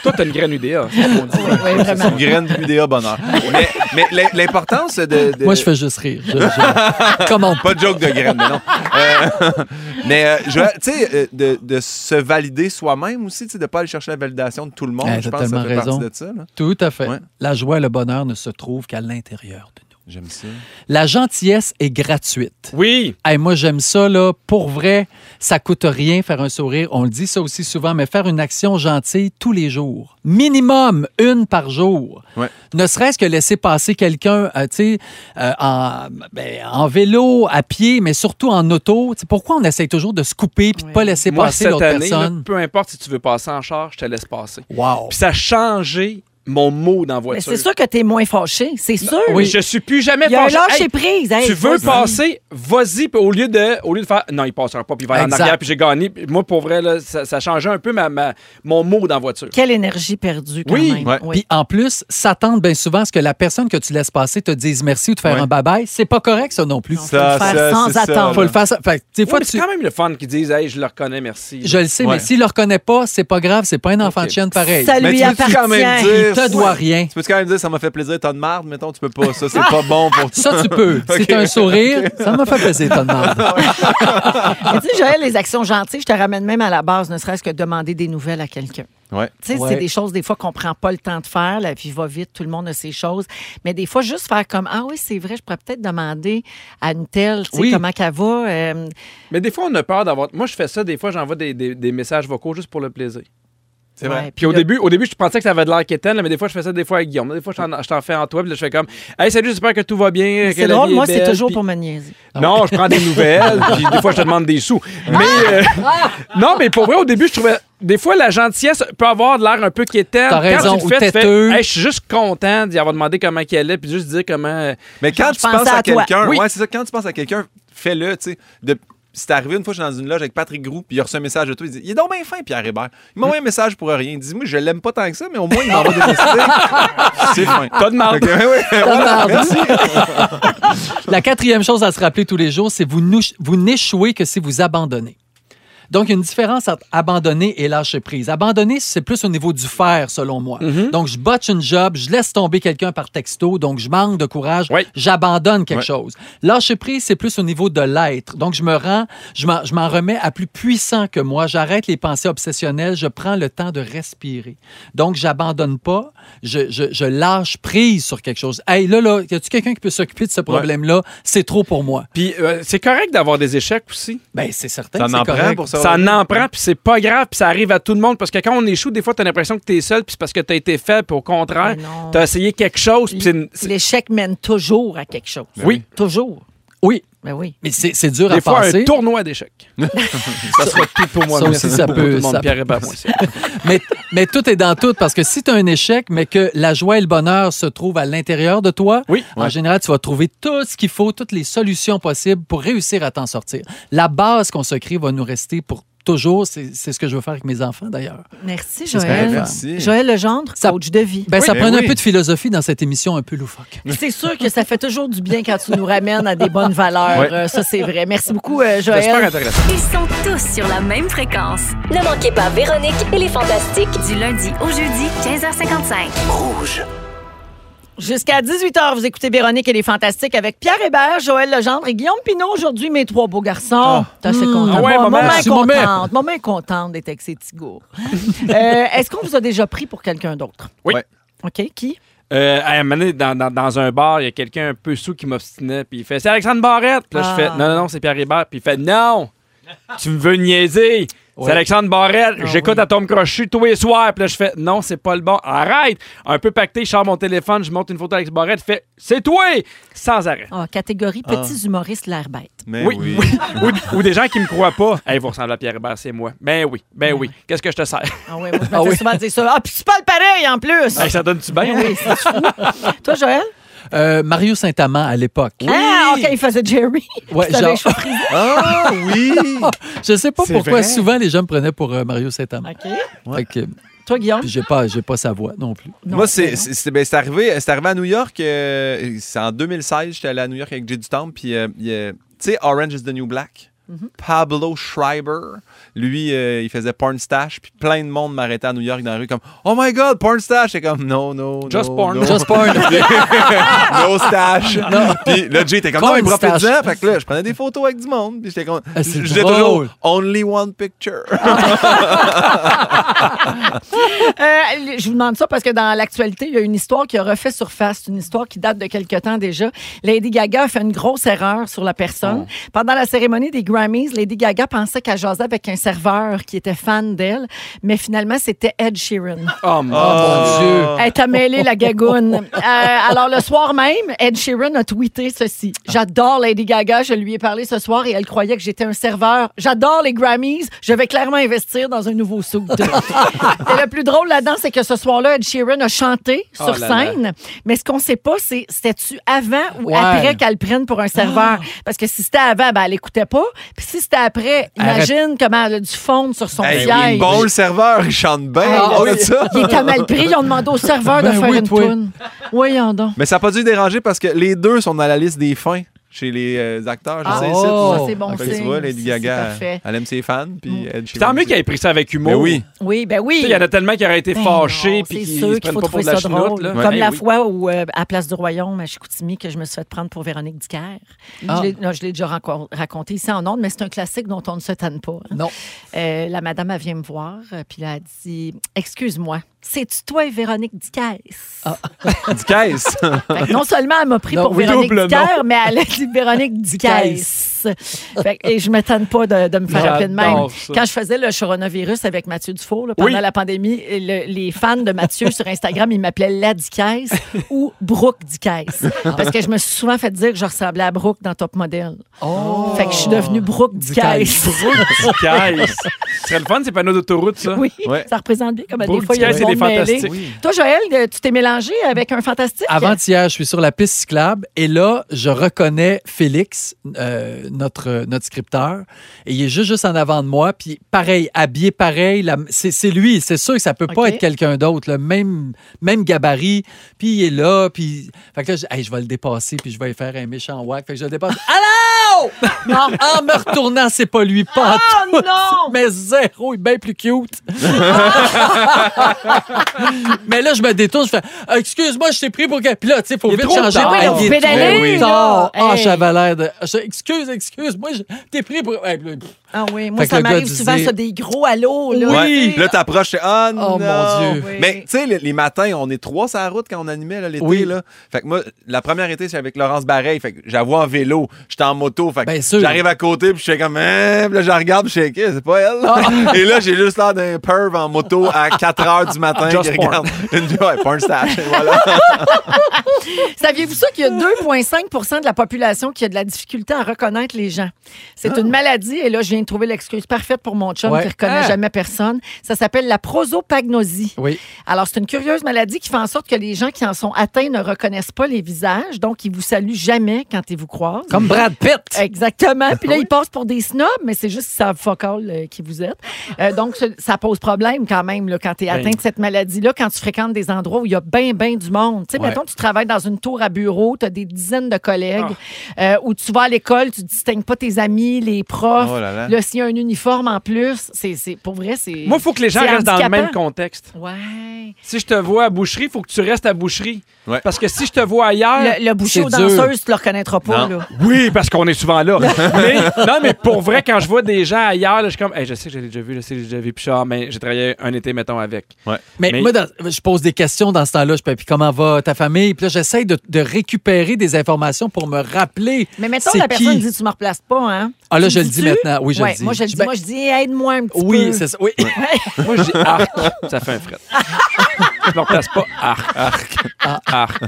B: Toi, t'as une graine hein, UDA.
A: Oui, vraiment.
D: Une graine d'UDA bonheur. Mais, mais l'im- l'importance de, de-
C: Moi, je fais juste rire. Je- je- Comment on peut?
D: Pas de joke de graine, mais non. Euh, mais, euh, Joël, tu sais, euh, de, de se valider soi-même aussi, tu sais, de pas aller chercher la validation de tout le monde.
C: Eh,
D: je
C: t'as
D: pense que ça
C: tellement
D: fait partie
C: raison.
D: de ça. là.
C: Tout à fait.
D: Ouais.
C: La joie et le bonheur ne se trouvent qu'à l'intérieur de nous.
D: J'aime ça.
C: La gentillesse est gratuite.
B: Oui.
C: Hey, moi, j'aime ça, là. Pour vrai, ça coûte rien faire un sourire. On le dit ça aussi souvent, mais faire une action gentille tous les jours. Minimum une par jour.
D: Ouais.
C: Ne serait-ce que laisser passer quelqu'un, euh, tu sais, euh, en, ben, en vélo, à pied, mais surtout en auto. Tu sais, pourquoi on essaye toujours de se couper puis de pas laisser
B: Moi,
C: passer
B: cette
C: l'autre
B: année, là,
C: personne?
B: peu importe si tu veux passer en charge, je te laisse passer.
C: Wow!
B: Puis ça a changé mon mot dans
A: Mais
B: voiture.
A: c'est sûr que t'es moins fâché, c'est sûr.
B: Oui. Je suis plus jamais
A: Il y a un
B: fâché.
A: lâcher
B: Hey,
A: prise. hey,
B: tu veux
A: vas-y.
B: passer, vas-y, puis au lieu de, au lieu de faire, non, il passera pas, puis il va aller en
C: Exact.
B: arrière, puis j'ai gagné. Puis Moi, pour vrai, là, ça, ça changeait un peu ma, ma- mon mot dans voiture.
A: Quelle énergie perdue quand
B: Oui,
A: même.
D: ouais.
C: Puis en plus, s'attendre bien souvent à ce que la personne que tu laisses passer te dise merci ou te faire
D: Ouais.
C: un bye-bye, c'est pas correct ça non plus.
A: Non, faut le faire sans
D: c'est ça,
A: attendre.
D: là.
C: Faut le faire ça. Fait que, des
B: Ouais,
C: fois,
B: mais
C: tu-
B: c'est quand même le fun qui disent, hey, je le reconnais, merci.
C: Je le sais,
D: Ouais.
C: mais s'il le reconnaît pas, c'est pas grave, c'est pas un enfant de chienne pareil.
A: Ça
D: Mais
A: lui
D: tu peux-tu
A: appartient.
D: quand même
C: Il
D: dire-
C: te doit rien.
D: Tu peux quand même dire, ça m'a fait plaisir, t'as de marde, mettons, tu peux pas. Ça, c'est pas bon pour toi.
C: Ça, tu peux. Si
D: Ok.
C: t'as un sourire, ça m'a fait plaisir, ta demande.
B: ah.
A: Mais tu sais, Joël, les actions gentilles, je te ramène même à la base, ne serait-ce que demander des nouvelles à quelqu'un.
D: Ouais.
A: Tu sais,
C: Ouais.
A: c'est des choses, des fois, qu'on prend pas le temps de faire. La vie va vite, tout le monde a ses choses. Mais des fois, juste faire comme Ah oui, c'est vrai, je pourrais peut-être demander à une telle, tu sais,
C: Oui.
A: comment qu'elle va. euh,
B: Mais des fois, on a peur d'avoir. Moi, je fais ça, des fois, j'envoie des, des- des messages vocaux juste pour le plaisir.
D: C'est vrai.
A: ouais,
B: Puis au
A: là-
B: début, au début, je pensais que ça avait de l'air quétaine, là, mais des fois, je fais ça des fois avec Guillaume. Des fois, je t'en- je t'en fais en toi, puis là, je fais comme Hey, salut, j'espère que tout va bien.
A: Mais
B: que
A: C'est
B: la
A: drôle,
B: vie est
A: moi, Ah, c'est
B: belle,
A: toujours
B: eh ben,
A: pour
B: puis-
A: me niaiser.
B: Non, je prends des nouvelles, puis des fois, je te demande des sous. Mais.
A: Ah!
B: euh, non, mais pour vrai, au début, je trouvais. Des fois, la gentillesse peut avoir de l'air un peu quétaine.
C: T'as raison,
B: Quand tu
C: ou
B: le fais, tu fais,
C: têteux.
B: Hey, je suis juste content d'y avoir demandé comment qu'elle allait, puis juste dire comment. euh,
D: Mais quand
A: Je
D: tu
A: pensais
D: penses
A: à
D: à,
A: toi.
D: quelqu'un,
B: Oui.
D: ouais, c'est ça, quand tu penses à quelqu'un, fais-le, tu sais. De- C'est arrivé une fois, je suis dans une loge avec Patrick Groux, puis il a reçu un message de toi. Il dit Il est donc bien fin, Pierre Hébert. Il m'a envoyé un message pour rien. Il dit Moi, je l'aime pas tant que ça, mais au moins, il m'envoie des messages. c'est fin.
B: T'as de marde.
D: Fait que, ouais, ouais, voilà, merci.
C: La quatrième chose à se rappeler tous les jours, c'est vous, nous- vous n'échouez que si vous abandonnez. Donc, il y a une différence entre abandonner et lâcher prise. Abandonner, c'est plus au niveau du faire, selon moi. Donc, je botche une job, je laisse tomber quelqu'un par texto, donc je manque de courage,
B: Oui.
C: j'abandonne quelque
D: Oui.
C: chose. Lâcher prise, c'est plus au niveau de l'être. Donc, je me rends, je m'en- je m'en remets à plus puissant que moi. J'arrête les pensées obsessionnelles, je prends le temps de respirer. Donc, j'abandonne pas, je, je- je lâche prise sur quelque chose. Hey, là, là, y a-tu quelqu'un qui peut s'occuper de ce problème-là? C'est trop pour moi.
B: Puis euh, c'est correct d'avoir des échecs aussi.
C: Ben, c'est certain
D: Ça
C: que
D: en
C: c'est
D: prend
C: correct.
D: pour ça.
B: Ça en prend, puis c'est pas grave, puis ça arrive à tout le monde. Parce que quand on échoue, des fois, t'as l'impression que t'es seul, puis c'est parce que t'as été faible, puis au contraire,
A: Mais non.
B: t'as essayé quelque chose, puis c'est une- c'est-
A: L'échec mène toujours à quelque chose.
B: Oui.
A: Toujours.
C: Oui,
A: Ben oui.
C: mais c'est c'est dur à
B: des fois
C: passer.
B: un tournoi d'échecs. ça sera tout pour moi.
C: ça
B: mais
C: aussi, ça
B: pour
C: peut-
B: tout le monde,
C: ça-
B: Pierre Hébert, moi aussi.
C: mais, mais tout est dans tout, parce que si tu as un échec, mais que la joie et le bonheur se trouvent à l'intérieur de toi,
B: Oui.
C: en général, tu vas trouver tout ce qu'il faut, toutes les solutions possibles pour réussir à t'en sortir. La base qu'on se crée va nous rester pour toujours. C'est c'est ce que je veux faire avec mes enfants, d'ailleurs.
A: Merci,
C: J'espère.
A: Joël.
D: Merci.
A: Joël Legendre,
C: Ça-
A: coach de vie.
C: Ben, ça
D: Ben
C: prenait
D: oui.
C: un peu de philosophie dans cette émission un peu loufoque.
A: C'est sûr que ça fait toujours du bien quand tu nous ramènes à des bonnes valeurs.
D: Ouais.
A: Euh, ça, c'est vrai. Merci beaucoup, euh,
B: C'est super
A: Joël.
B: intéressant.
G: Ils sont tous sur la même fréquence.
H: Ne manquez pas Véronique et les Fantastiques.
G: Du lundi au jeudi, 15h55.
A: Jusqu'à 18h, vous écoutez Véronique et les Fantastiques avec Pierre Hébert, Joël Legendre et Guillaume Pinot. Aujourd'hui, mes trois beaux garçons. T'as assez content.
B: Ah ouais,
A: Moi,
B: maman.
A: maman est
B: Merci, maman.
A: contente. Maman est contente d'être avec ses petits gours. Euh, Est-ce qu'on vous a déjà pris pour quelqu'un d'autre?
B: Oui.
D: Ouais.
A: OK, qui?
B: Euh, à un moment donné, dans, dans- dans un bar, il y a quelqu'un un peu sous qui m'obstinait, puis il fait C'est Alexandre Barrette. Puis là,
A: Ah.
B: je fais Non, non, non, c'est Pierre Hébert. Puis il fait Non, tu me veux niaiser. C'est
C: Ouais.
B: Alexandre Barrette.
A: Ah
B: J'écoute
A: oui.
B: à Tom Crochu tous les soirs. Puis là, je fais Non, c'est pas le bon. Arrête. Un peu pacté, je sors mon téléphone, je monte une photo d'Alex Barrette. Fait C'est toi. Sans arrêt.
A: Ah, catégorie petits humoristes l'air bête.
D: Mais
B: oui,
D: oui.
B: oui. ou, ou des gens qui me croient pas. Hey, vous ressemblez à Pierre Hébert, c'est moi. Ben oui, ben oui. Qu'est-ce que je te sers
A: Ah ouais, moi, je me
C: Ah
A: fais
C: oui.
A: souvent dire ça. Ah, puis tu parles pareil en plus! Eh
B: Hey, Ça donne-tu bien
A: Ah. oui, c'est fou. Toi, Joël?
C: Euh, Mario Saint-Amand, à l'époque.
A: Ah, OK, il faisait Jerry.
C: Ouais,
A: Tu t'avais
C: genre-
A: choisi.
D: Ah oui!
C: Je sais pas
D: C'est
C: pourquoi
D: vrai.
C: souvent les gens me prenaient pour euh, Mario Saint-Amand.
A: OK.
C: Fait que, puis
A: Toi, Guillaume?
C: j'ai pas, j'ai pas sa voix non plus.
A: Non,
D: Moi, c'est
A: non.
D: c'est- c'est- ben, c'est arrivé, c'est arrivé à New York. euh, c'est en 2016, j'étais allé à New York avec Jay Dutombe. Puis, euh, il y a- tu sais, Orange is the New Black. Pablo Schreiber, lui, euh, il faisait porn stash, puis plein de monde m'arrêtait à New York dans la rue comme Oh my God, porn stash! C'est comme non, non, no,
B: Just porn.
D: no.
C: Just porn. Oh,
D: no stash. Puis là, Jay était comme, non,
C: Porn
D: il me rappelle
C: stash.
D: Fait que là, je prenais des photos avec du monde. Puis j'étais comme,
C: Ah,
D: je
C: c'est
D: disais
C: drôle.
D: toujours, only one picture.
A: Euh, je vous demande ça parce que dans l'actualité, il y a une histoire qui a refait surface. C'est une histoire qui date de quelque temps déjà. Lady Gaga a fait une grosse erreur sur la personne. Pendant la cérémonie des Grammys, Lady Gaga pensait qu'elle jasait avec un serveur qui était fan d'elle, mais finalement, c'était Ed Sheeran.
B: Oh, mon
D: Ah.
C: Oh, mon Dieu.
A: Elle t'a mêlé la gagoune. Euh, alors, le soir même, Ed Sheeran a tweeté ceci. J'adore Lady Gaga. Je lui ai parlé ce soir et elle croyait que j'étais un serveur. J'adore les Grammys. Je vais clairement investir dans un nouveau suit. et le plus drôle là-dedans, c'est que ce soir-là, Ed Sheeran a chanté sur
B: Oh là là.
A: scène. Mais ce qu'on sait pas, c'est c'était-tu avant ou
C: Ouais.
A: après qu'elle le prenne pour un serveur? Parce que si c'était avant, ben, elle écoutait pas. Puis si c'était après,
C: Arrête.
A: imagine comment elle a dû fondre sur son
D: Hey,
A: siège.
D: bon, le serveur, il chante bien.
A: Ah,
D: on a
A: oui.
D: ça.
A: Il était mal pris. Ils ont demandé au serveur de
C: Ben
A: faire
C: oui,
A: une
C: toi.
A: toune. Voyons donc.
D: Mais ça n'a pas dû déranger parce que les deux sont dans la liste des fins chez les euh, acteurs. Je
C: Ah,
D: sais,
C: oh. Mm.
D: ça,
A: ça, c'est bon
D: Fait que tu
A: signe.
D: vois, Lady
A: C'est-
D: Gaga,
A: c'est
D: elle
A: parfait.
D: aime ses fans. Puis Ed
B: Puis
D: Sheeran,
B: tant mieux
D: c'est-
B: qu'elle ait pris ça avec humour.
D: Mais oui.
A: Oui, ben oui.
B: Tu sais, Il y en a tellement qui auraient été
A: Ben
B: fâchés
A: non,
B: puis
A: c'est
B: qui
A: sûr
B: se
A: qu'il
B: prennent
A: faut
B: pas pour
A: trouver
B: de la
A: ça
B: chenoute.
A: drôle.
B: là.
A: Comme
D: Ouais.
A: la
D: Ben oui.
A: fois où, euh, à Place du Royaume, à Chicoutimi, que je me suis fait prendre pour Véronique Dicker.
C: Ah.
A: Je l'ai- non, je l'ai déjà raco- raconté ici en ondes, mais c'est un classique dont on ne se tanne pas. hein.
C: Non.
A: Euh, la madame, elle vient me voir, euh, puis elle a dit Excuse-moi, c'est-tu toi, Véronique Dicker
D: Du caisse.
A: Fait que Ben, non seulement elle m'a pris
C: Non,
A: pour
C: oui,
A: Véronique
C: double
A: Dicker, mais elle a dit Véronique Dicker. Fait que- et je ne m'étonne pas de, de me faire appeler de même.
B: J'adore ça.
A: Quand je faisais le coronavirus avec Mathieu Dufour là, pendant
B: Oui.
A: la pandémie, et le- les fans de Mathieu sur Instagram, ils m'appelaient La Dicker ou Brooke Dicker. Parce que je me suis souvent fait dire que je ressemblais à Brooke dans Top Model.
C: Oh.
A: Fait que je suis devenue Brooke Dicker.
B: Brooke Dicaise. Ce serait le fun, ces panneaux d'autoroute, ça.
A: Oui,
D: Ouais.
A: ça représente bien comme
B: Brooke
A: des fois, il y a
B: Dicaise
A: des
B: et les
A: fantastiques.
B: fantastiques.
A: Toi, Joël, euh, tu t'es mélangé avec un fantastique?
C: Avant-hier, je suis sur la piste cyclable et là, je reconnais Félix, euh, notre, euh, notre scripteur, et il est juste, juste en avant de moi, puis pareil, habillé pareil, la- c'est c'est lui, c'est sûr que ça peut pas
A: OK.
C: être quelqu'un d'autre, le même, même gabarit, puis il est là, puis... Fait que là, je, hey, je vais le dépasser, puis je vais lui faire un méchant whack, fait que je le dépasse. Alors! Non! En me retournant, c'est pas lui, pas en
K: Oh
C: tout.
K: non!
C: Mais zéro, il est bien plus cute. mais là, je me détourne, je fais Ah, Excuse-moi, je t'ai pris pour que. Puis là, tu sais, faut
B: Il est
C: vite
B: trop
C: changer.
B: tard.
C: Puis là,
B: Oui,
C: il est
A: pédalez, là.
C: trop tard. Ah,
A: Hey.
C: j'avais l'air de. je- Excuse, excuse, moi, je t'ai pris pour. Hey, puis là, pff,
K: Ah oui, moi,
C: Fait que
K: ça
C: le gars
K: m'arrive
C: disait-
K: souvent, ça, des gros allos. Là,
D: Ouais.
K: Tu sais.
D: Là, t'approches, c'est Ah non!
C: Oh, mon Dieu.
K: Oui.
D: Mais tu sais, les, les matins, on est trois sur la route quand on animait là, l'été.
C: Oui.
D: Là. Fait que moi, la première été, c'est avec Laurence Barreil. Fait que j'avoue en vélo, j'étais en moto. Fait que
C: Bien sûr.
D: j'arrive à côté, puis je fais comme Hein? Puis là, je regarde, puis je fais Eh, c'est pas elle.
C: Ah.
D: Et là, j'ai juste l'air d'un perv en moto à 4 h du matin.
B: Just
D: qui regarde une ouais, porn stash. Voilà.
A: Saviez-vous ça qu'il y a 2,5 de la population qui a de la difficulté à reconnaître les gens? C'est une maladie, et là, je viens de trouver l'excuse parfaite pour mon chum
C: Ah. Ouais.
A: qui ne reconnaît
C: Ah.
A: jamais personne. Ça s'appelle la prosopagnosie.
C: Oui.
A: Alors, c'est une curieuse maladie qui fait en sorte que les gens qui en sont atteints ne reconnaissent pas les visages, donc ils vous saluent jamais quand ils vous croisent.
C: Comme Brad Pitt. Ah
A: Exactement. Puis là, ils passent pour des snobs, mais c'est juste qu'ils savent fuck all, euh, qui vous êtes. Euh, donc, ce- ça pose problème quand même là, quand
C: Ben
A: tu es atteint de cette maladie-là, quand tu fréquentes des endroits où il y a bien, bien du monde. Tu sais,
C: Ouais.
A: mettons, tu travailles dans une tour à bureau, tu as des dizaines de collègues,
C: Ah.
A: euh, où tu vas à l'école, tu distingues pas tes amis, les profs.
D: Oh là
A: là
D: là.
A: s'il y a un uniforme en plus, c'est c'est- pour vrai, c'est.
B: Moi, il faut que les gens
A: c'est
B: restent dans le
A: handicapant.
B: même contexte.
A: Ouais.
B: Si je te vois à boucherie, il faut que tu restes à boucherie.
D: Ouais.
B: Parce que si je te vois ailleurs,
K: Le, le boucher
C: Ah, C'est
K: aux
C: dur.
K: danseuses, tu le reconnaîtras pas.
D: Non.
K: Là.
B: Oui, parce qu'on est souvent là. mais, non, mais pour vrai, quand je vois des gens ailleurs, là, je suis comme, Hey, je sais que j'ai déjà vu, je sais que j'ai déjà vu Pichard, mais j'ai travaillé un été, mettons, avec.
C: Mais,
B: Mais-
C: moi, dans- je pose des questions dans ce temps-là. Je fais, puis comment va ta famille? Puis là, j'essaie de, de récupérer des informations pour me rappeler.
A: Mais mettons,
C: c'est
A: la
C: qui.
A: personne dit Tu me replaces pas, hein?
C: Ah là,
A: Tu
C: je le
A: dis-tu?
C: dis maintenant. Oui, je
A: Ouais,
C: le dis.
A: Moi, je le dis.
C: Ben,
A: Moi, je dis Aide-moi un petit peu.
C: Oui, c'est ça. Oui.
B: Moi, je dis arc. Ça fait un fret. je me replace pas arc. Arc.
A: Ah.
B: Arc.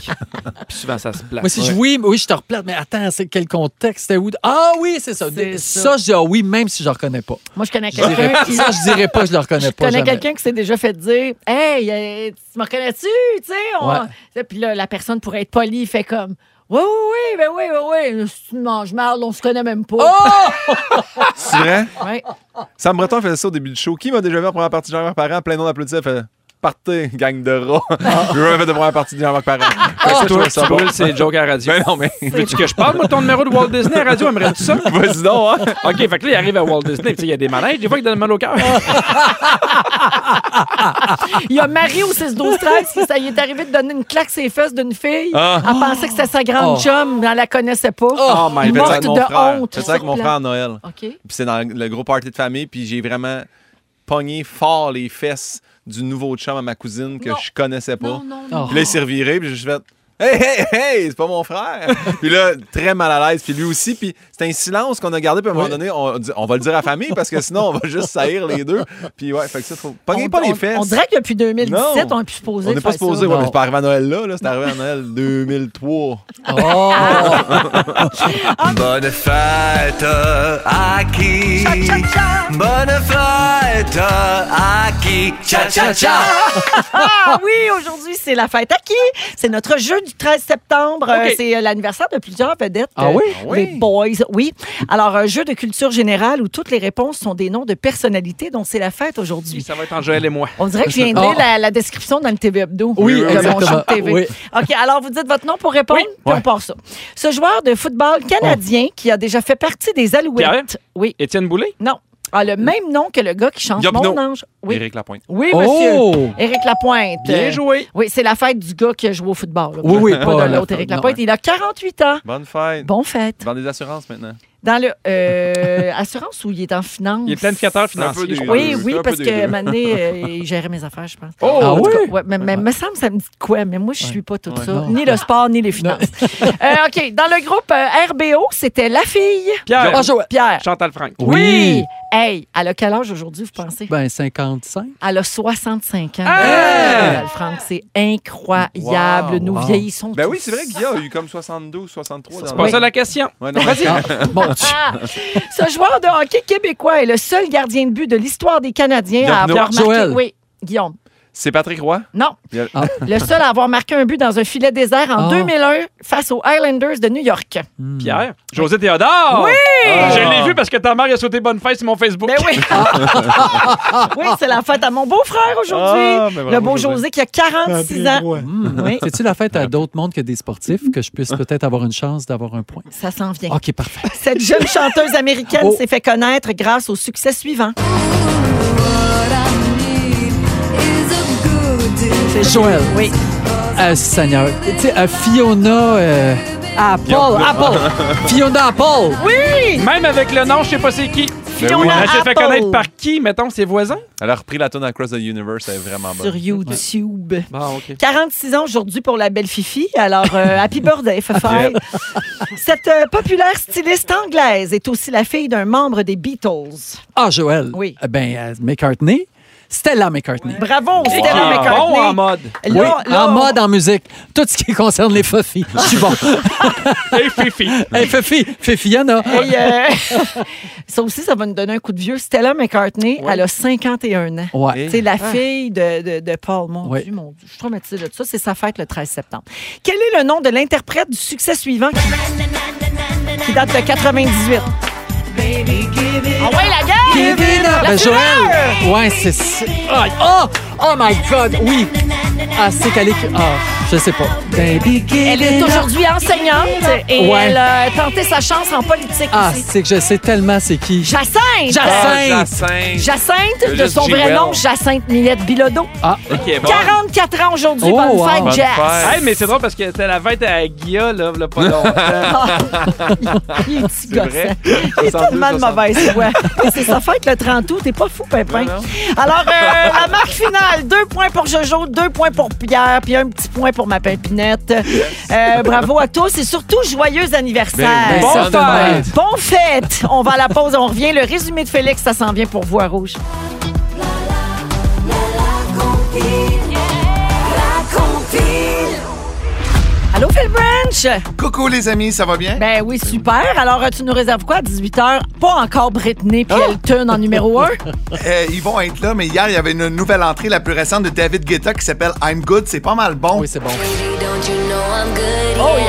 B: Puis souvent, ça se place.
C: Moi, si je oui, mais oui, je te replate, mais attends, c'est quel contexte? C'était où? Ah oui, c'est ça.
A: C'est
C: ça.
A: ça.
C: je dis ah oui, même si je le reconnais pas.
A: Moi, je connais
C: Je dirais-
A: quelqu'un qui.
C: ça, je dirais pas, je le reconnais
A: Je
C: pas.
A: connais
C: jamais.
A: quelqu'un qui s'est déjà fait dire Hey, euh, tu me reconnais-tu? Tu sais, on-
C: Ouais.
A: Là, Puis là, la personne pourrait être polie, fait comme Oui, oui, oui, ben oui, oui, oui. Si tu me manges mal, on se connaît même pas.
D: c'est vrai?
A: Ouais.
D: Sam Breton faisait ça au début du show. Qui m'a déjà vu en première partie de Jean-Marc Parent? Plein nom d'applaudissements. elle Fait partez, gang de rats.
C: Ah.
D: Je veux fait de première partie de Jean-Marc Parent. Fait que ça, je
B: toi,
D: trouvais
B: Ah! tu
D: ça bon.
B: brûles, c'est joke à la radio.
D: Ben non, mais
B: Veux-tu que je parle, moi, de ton numéro de Walt Disney à la radio? Aimerais-tu ça?
D: vas-y donc, hein?
B: OK, fait que là, il arrive à Walt Disney, puis tu sais, il y a des manèges, des fois, il donne mal au cœur.
A: Il y a Marie au 6 12 13 qui ça y est arrivé de donner une claque ses fesses d'une fille.
D: Ah.
A: Elle pensait que c'était sa grande
C: Oh.
A: chum, mais elle la connaissait pas.
D: Oh my
A: God.
D: J'ai fait ça avec mon
A: Morte de
D: frère.
A: honte.
D: J'ai fait ça avec mon
A: Sur
D: frère à Noël.
A: OK.
D: Puis c'est dans le gros party de famille, puis j'ai vraiment pogné fort les fesses du nouveau chum à ma cousine que
A: Non.
D: je connaissais pas.
A: Non, non,
C: Oh.
A: non.
D: Puis là, il s'est reviré, puis j'ai juste fait Hey, hey, hey, c'est pas mon frère! puis là, très mal à l'aise, puis lui aussi, puis c'était un silence qu'on a gardé, puis à un moment
C: Oui.
D: donné, on, dit- on va le dire à la famille, parce que sinon, on va juste saillir les deux. Puis ouais, fait que ça, faut. Pognez
A: On-
D: pas les
A: on-
D: fesses!
A: On dirait que depuis 2017,
D: Non.
A: on est plus supposé.
D: On n'est pas
A: faire ça.
D: supposé, ouais,
C: non.
D: mais c'est pas arrivé à Noël là, là c'est arrivé à Noël 2003.
C: Oh!
A: Ah.
L: Bonne fête à qui Bonne fête à qui Cha-cha-cha
K: Ah oui, aujourd'hui, c'est la fête à qui? C'est notre jeu du 13 septembre. Euh,
B: OK.
K: C'est euh, l'anniversaire de plusieurs vedettes.
A: euh,
C: Ah oui?
D: Ah oui.
K: Les Boys, oui. Alors, un jeu de culture générale où toutes les réponses sont des noms de personnalités dont c'est la fête aujourd'hui.
B: Ça va être en Joël et moi.
A: On dirait que je viens de lire
C: Oh.
A: la, la description dans le TV Hebdo. de
C: Oui,
A: mon
C: exactement.
A: show de TV.
C: Oui.
A: OK, alors vous dites votre nom pour répondre, puis on part ça. Ce joueur de
C: Oh.
A: football canadien qui a déjà fait partie des Alouettes.
B: Pierre?
A: Oui,
B: Étienne Boulay?
A: non. A le même nom que le gars qui chante
D: Yopno.
A: Mon ange. Oui,
D: Éric Lapointe.
A: oui monsieur.
C: Oh!
A: Éric Lapointe.
B: Bien
A: Euh,
B: joué.
A: Oui, c'est la fête du gars qui a joué au football. là.
C: Oui, oui,
A: pas,
C: pas
A: de l'autre
C: la-
A: Éric
C: non, hein.
A: Lapointe.
C: ouais.
A: Il a 48 ans.
D: Bonne fête.
A: Bonne fête.
D: Dans des assurances maintenant.
A: Dans le euh, assurance où il est en finance.
B: Il est planificateur
D: Un peu
B: financier.
D: des
B: je pense.
A: Oui,
D: deux.
A: oui,
D: C'est un
A: parce
D: peu des
A: que
D: deux.
A: Mané, euh, il gérait mes affaires, je pense.
B: Oh!
C: Ah
A: En tout
C: oui?
A: cas, ouais, mais, mais me semble que ça me dit de quoi, mais moi, je suis pas tout ça.
C: Non.
A: Ni le sport, ni les finances. Euh, OK. Dans le groupe euh, RBO, c'était la fille.
B: Pierre.
A: Ah, Joël. Pierre.
B: Chantal Franck.
C: Oui.
A: Hey, elle a quel âge aujourd'hui, vous pensez?
C: Ben, 55.
A: Elle a 65 ans.
B: Hein? Hey!
A: Chantal Franck, c'est incroyable.
D: Wow,
A: Nous
C: wow.
A: vieillissons
D: Ben
A: tous.
D: oui, c'est vrai qu'il y a eu comme 72, 63 dans
B: Pas
D: le-
B: ça la question.
D: Ouais, non, mais-
C: Ah, mon Dieu.
A: Ah! Ce joueur de hockey québécois est le seul gardien de but de l'histoire des Canadiens à
D: Gardneau.
A: avoir marqué.
C: Joël.
A: Oui, Guillaume.
M: C'est Patrick Roy?
A: Non.
M: Il y a-
A: Le seul à avoir marqué un but dans un filet désert en
C: Ah.
A: 2001 face aux Highlanders de New York.
B: Pierre. José Théodore! Oui!
M: Ah.
B: Je l'ai vu parce que ta mère a sauté bonne fête sur mon Facebook.
A: Ben oui. oui, c'est la fête à mon beau-frère aujourd'hui.
M: Ah, ben bravo,
A: le beau
M: José.
A: José, qui a 46 ans.
C: Hmm.
A: Oui.
C: C'est-tu la fête à d'autres mondes que des sportifs que je puisse peut-être avoir une chance d'avoir un point?
A: Ça s'en vient.
C: OK, parfait.
A: Cette jeune chanteuse américaine
C: Ah. Oh.
A: s'est fait connaître grâce au succès suivant.
C: Joël.
A: Oui.
C: Euh, Seigneur. Tu sais, euh, Fiona. euh,
A: Apple. Apple.
C: Fiona Apple.
A: Oui.
B: Même avec le nom, je sais pas c'est qui.
M: Ben
A: Fiona
M: oui.
B: Elle s'est fait
A: Apple.
B: connaître par qui, mettons, ses voisins?
M: Elle a repris la tonne Across the Universe, elle est vraiment bonne.
A: Sur YouTube.
B: Bon, OK.
A: 46 ans aujourd'hui pour la belle Fifi. Alors, euh, happy birthday, Fifi. Cette euh, populaire styliste anglaise est aussi la fille d'un membre des Beatles.
C: Ah, Joël.
A: Oui.
C: Eh Ben, euh, McCartney. Stella McCartney.
A: Bravo, Stella
B: Ah,
A: McCartney.
B: bon en mode.
C: Oui,
A: Là- là,
C: en
A: on-
C: mode, en musique. Tout ce qui concerne les Fuffy. Je suis bon.
B: Hey, Fifi.
C: hey, Fuffy, Fifiana.
A: Hey, euh, ça aussi, ça va nous donner un coup de vieux. Stella McCartney, elle a 51 ans.
C: Ouais.
A: C'est la fille de, de- de Paul. Mon
C: Ah. Ouais.
A: Dieu, mon Dieu, je suis traumatisée de ça. C'est sa fête le 13 septembre. Quel est le nom de l'interprète du succès suivant qui, qui date de 98? Ah ouais, la gueule!
C: Give it up. Ben, Joël. Ouais, c'est. c'est- Oh, oh my God. Oui. Ah, c'est qu'elle est. Ah, je sais pas. Baby, give
A: Elle
C: it
A: est
C: up.
A: aujourd'hui enseignante et
C: Ouais.
A: elle a tenté sa chance en politique
C: Ah,
A: aussi.
C: c'est que je sais tellement c'est qui.
A: Jacinthe!
C: Jacinthe.
M: Jacinthe.
A: Jacinthe, de
M: Juste
A: son vrai
M: Jewel.
A: nom, Jacinthe Millette Bilodeau.
C: Ah,
B: OK, bon.
A: 44 ans aujourd'hui,
C: Oh,
A: bonne
C: wow.
A: fête,
C: Bonne
A: Jess.
M: fête.
B: Hey, mais c'est drôle parce que c'était la fête à Guilla, là, v'là pas longtemps.
A: Il est petit gosse,
M: vrai.
A: hein. Il est tellement de
M: 62,
A: mauvaise foi. C'est sa fête le 30 août. T'es pas fou, Pépin.
M: Non, non.
A: Alors, euh, la marque finale, deux points pour Jojo, deux points pour Pierre, puis un petit point pour ma pimpinette. Euh, bravo à tous et surtout, joyeux anniversaire.
C: Ben,
B: Bon
C: ça,
B: fête.
C: demain.
A: Bon fête! On va à la pause, on revient. Le résumé de Félix, ça s'en vient pour Voix Rouge. Allô, Phil Branch?
N: Coucou les amis, ça va bien?
A: Ben oui, super. Alors, tu nous réserves quoi à 18h? Pas encore Britney
D: Ah!
A: puis Elton en numéro 1.
N: Euh, ils vont être là, mais hier, il y avait une nouvelle entrée, la plus récente de David Guetta, qui s'appelle I'm Good. C'est pas mal bon.
C: oui, c'est bon.
A: Oh, yeah.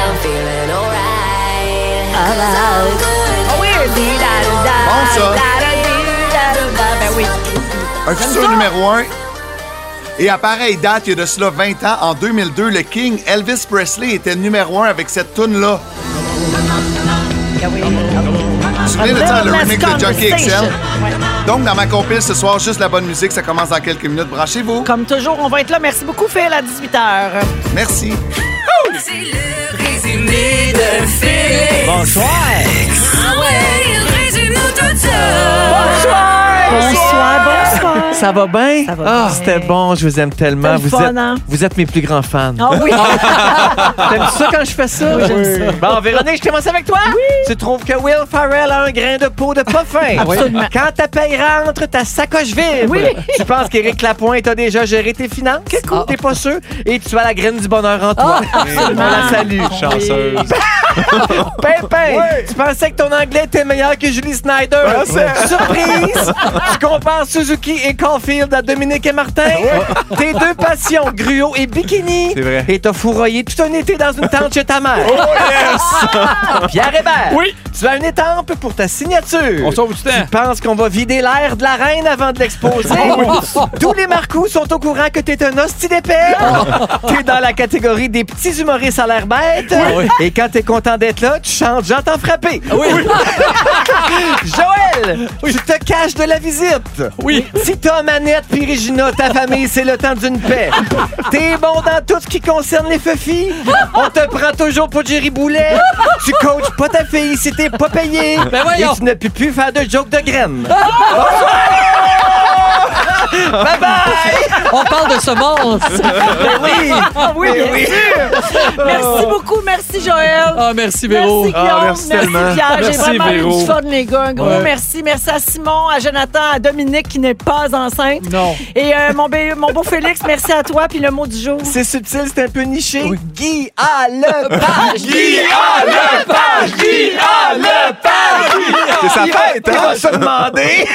A: Ah oui,
N: Bon, ça.
A: Ben oui.
N: Un futur numéro un. Et à pareille date, il y a de cela 20 ans, en 2002, le King Elvis Presley était numéro un avec cette tune-là. Tu te souviens de ça, le
A: Little
N: remake de
A: Miss
N: Jockey
A: Conversation.
N: Excel? Donc, dans ma compil ce soir, juste la bonne musique, ça commence dans quelques minutes. Branchez-vous.
A: Comme toujours, on va être là. Merci beaucoup, Phil, à 18h.
N: Merci.
A: Ah Bonsoir, bonsoir.
D: Ça va bien?
A: Ça va
D: Ah,
A: bien.
D: c'était bon, je vous aime tellement.
A: C'était le
D: Ben, Vous
A: fun,
D: êtes,
A: hein?
D: vous êtes mes plus grands fans.
A: Ah oui.
D: T'aimes ça quand je fais ça? Bon, Véronique, je commence avec toi. Tu trouves que Will Farrell a un grain de peau de pas fin?
A: Absolument.
D: Quand ta paye rentre, ta sacoche vibre.
A: Oui.
D: Tu penses qu'Éric Lapointe a déjà géré tes finances? Ah. T'es pas sûr? Et tu as la graine du bonheur en toi.
A: Ah,
D: On la salue.
M: Chanceuse.
D: Pimpin, tu pensais que ton anglais était meilleur que Julie Snyder. hein, Surprise! tu compares Suzuki et Caulfield à Dominique et Martin. Tes deux passions, gruau et bikini.
M: C'est vrai.
D: Et t'as fourroyé tout un été dans une tente chez ta mère.
M: Oh yes!
D: Pierre Hébert,
B: Oui.
D: tu as une étampe pour ta signature.
B: On sauve du temps.
D: Tu penses qu'on va vider l'air de la reine avant de l'exposer? Tous les marcous sont au courant que t'es un hostie d'épais. t'es dans la catégorie des petits humoristes à l'air bête. Et quand t'es content d'être là, tu chantes J'entends frapper.
A: Oh.
C: Oui.
D: Joël, tu te caches de la visite.
C: Oui.
D: Si t'as Manette puis Regina, ta famille, c'est le temps d'une paix. T'es bon dans tout ce qui concerne les feuilles. On te prend toujours pour Jerry Boulet. Tu coaches pas ta fille si t'es pas payé.
C: Ben voyons.
D: Et tu ne peux plus faire de joke de graines. bye bye!
C: On parle de semences.
D: oui!
A: Ah oui, bien
D: oui.
A: sûr. Merci beaucoup. Merci, Joël.
C: Ah, merci, Véro.
A: Merci Guillaume,
M: Ah, merci
A: merci,
M: tellement.
A: Pierre, j'ai
B: Merci,
A: vraiment eu
B: Véro.
A: du fun les gars, un gros
C: Ouais.
A: merci, merci à Simon, à Jonathan, à Dominique qui n'est pas enceinte
C: Non.
A: et euh, mon, bé- mon beau Félix, merci à toi puis le mot du jour.
D: C'est subtil, c'est un peu niché. Guy à Lepage! Guy à Lepage! Guy à Lepage!
M: C'est sa fête, hein?
D: se demander!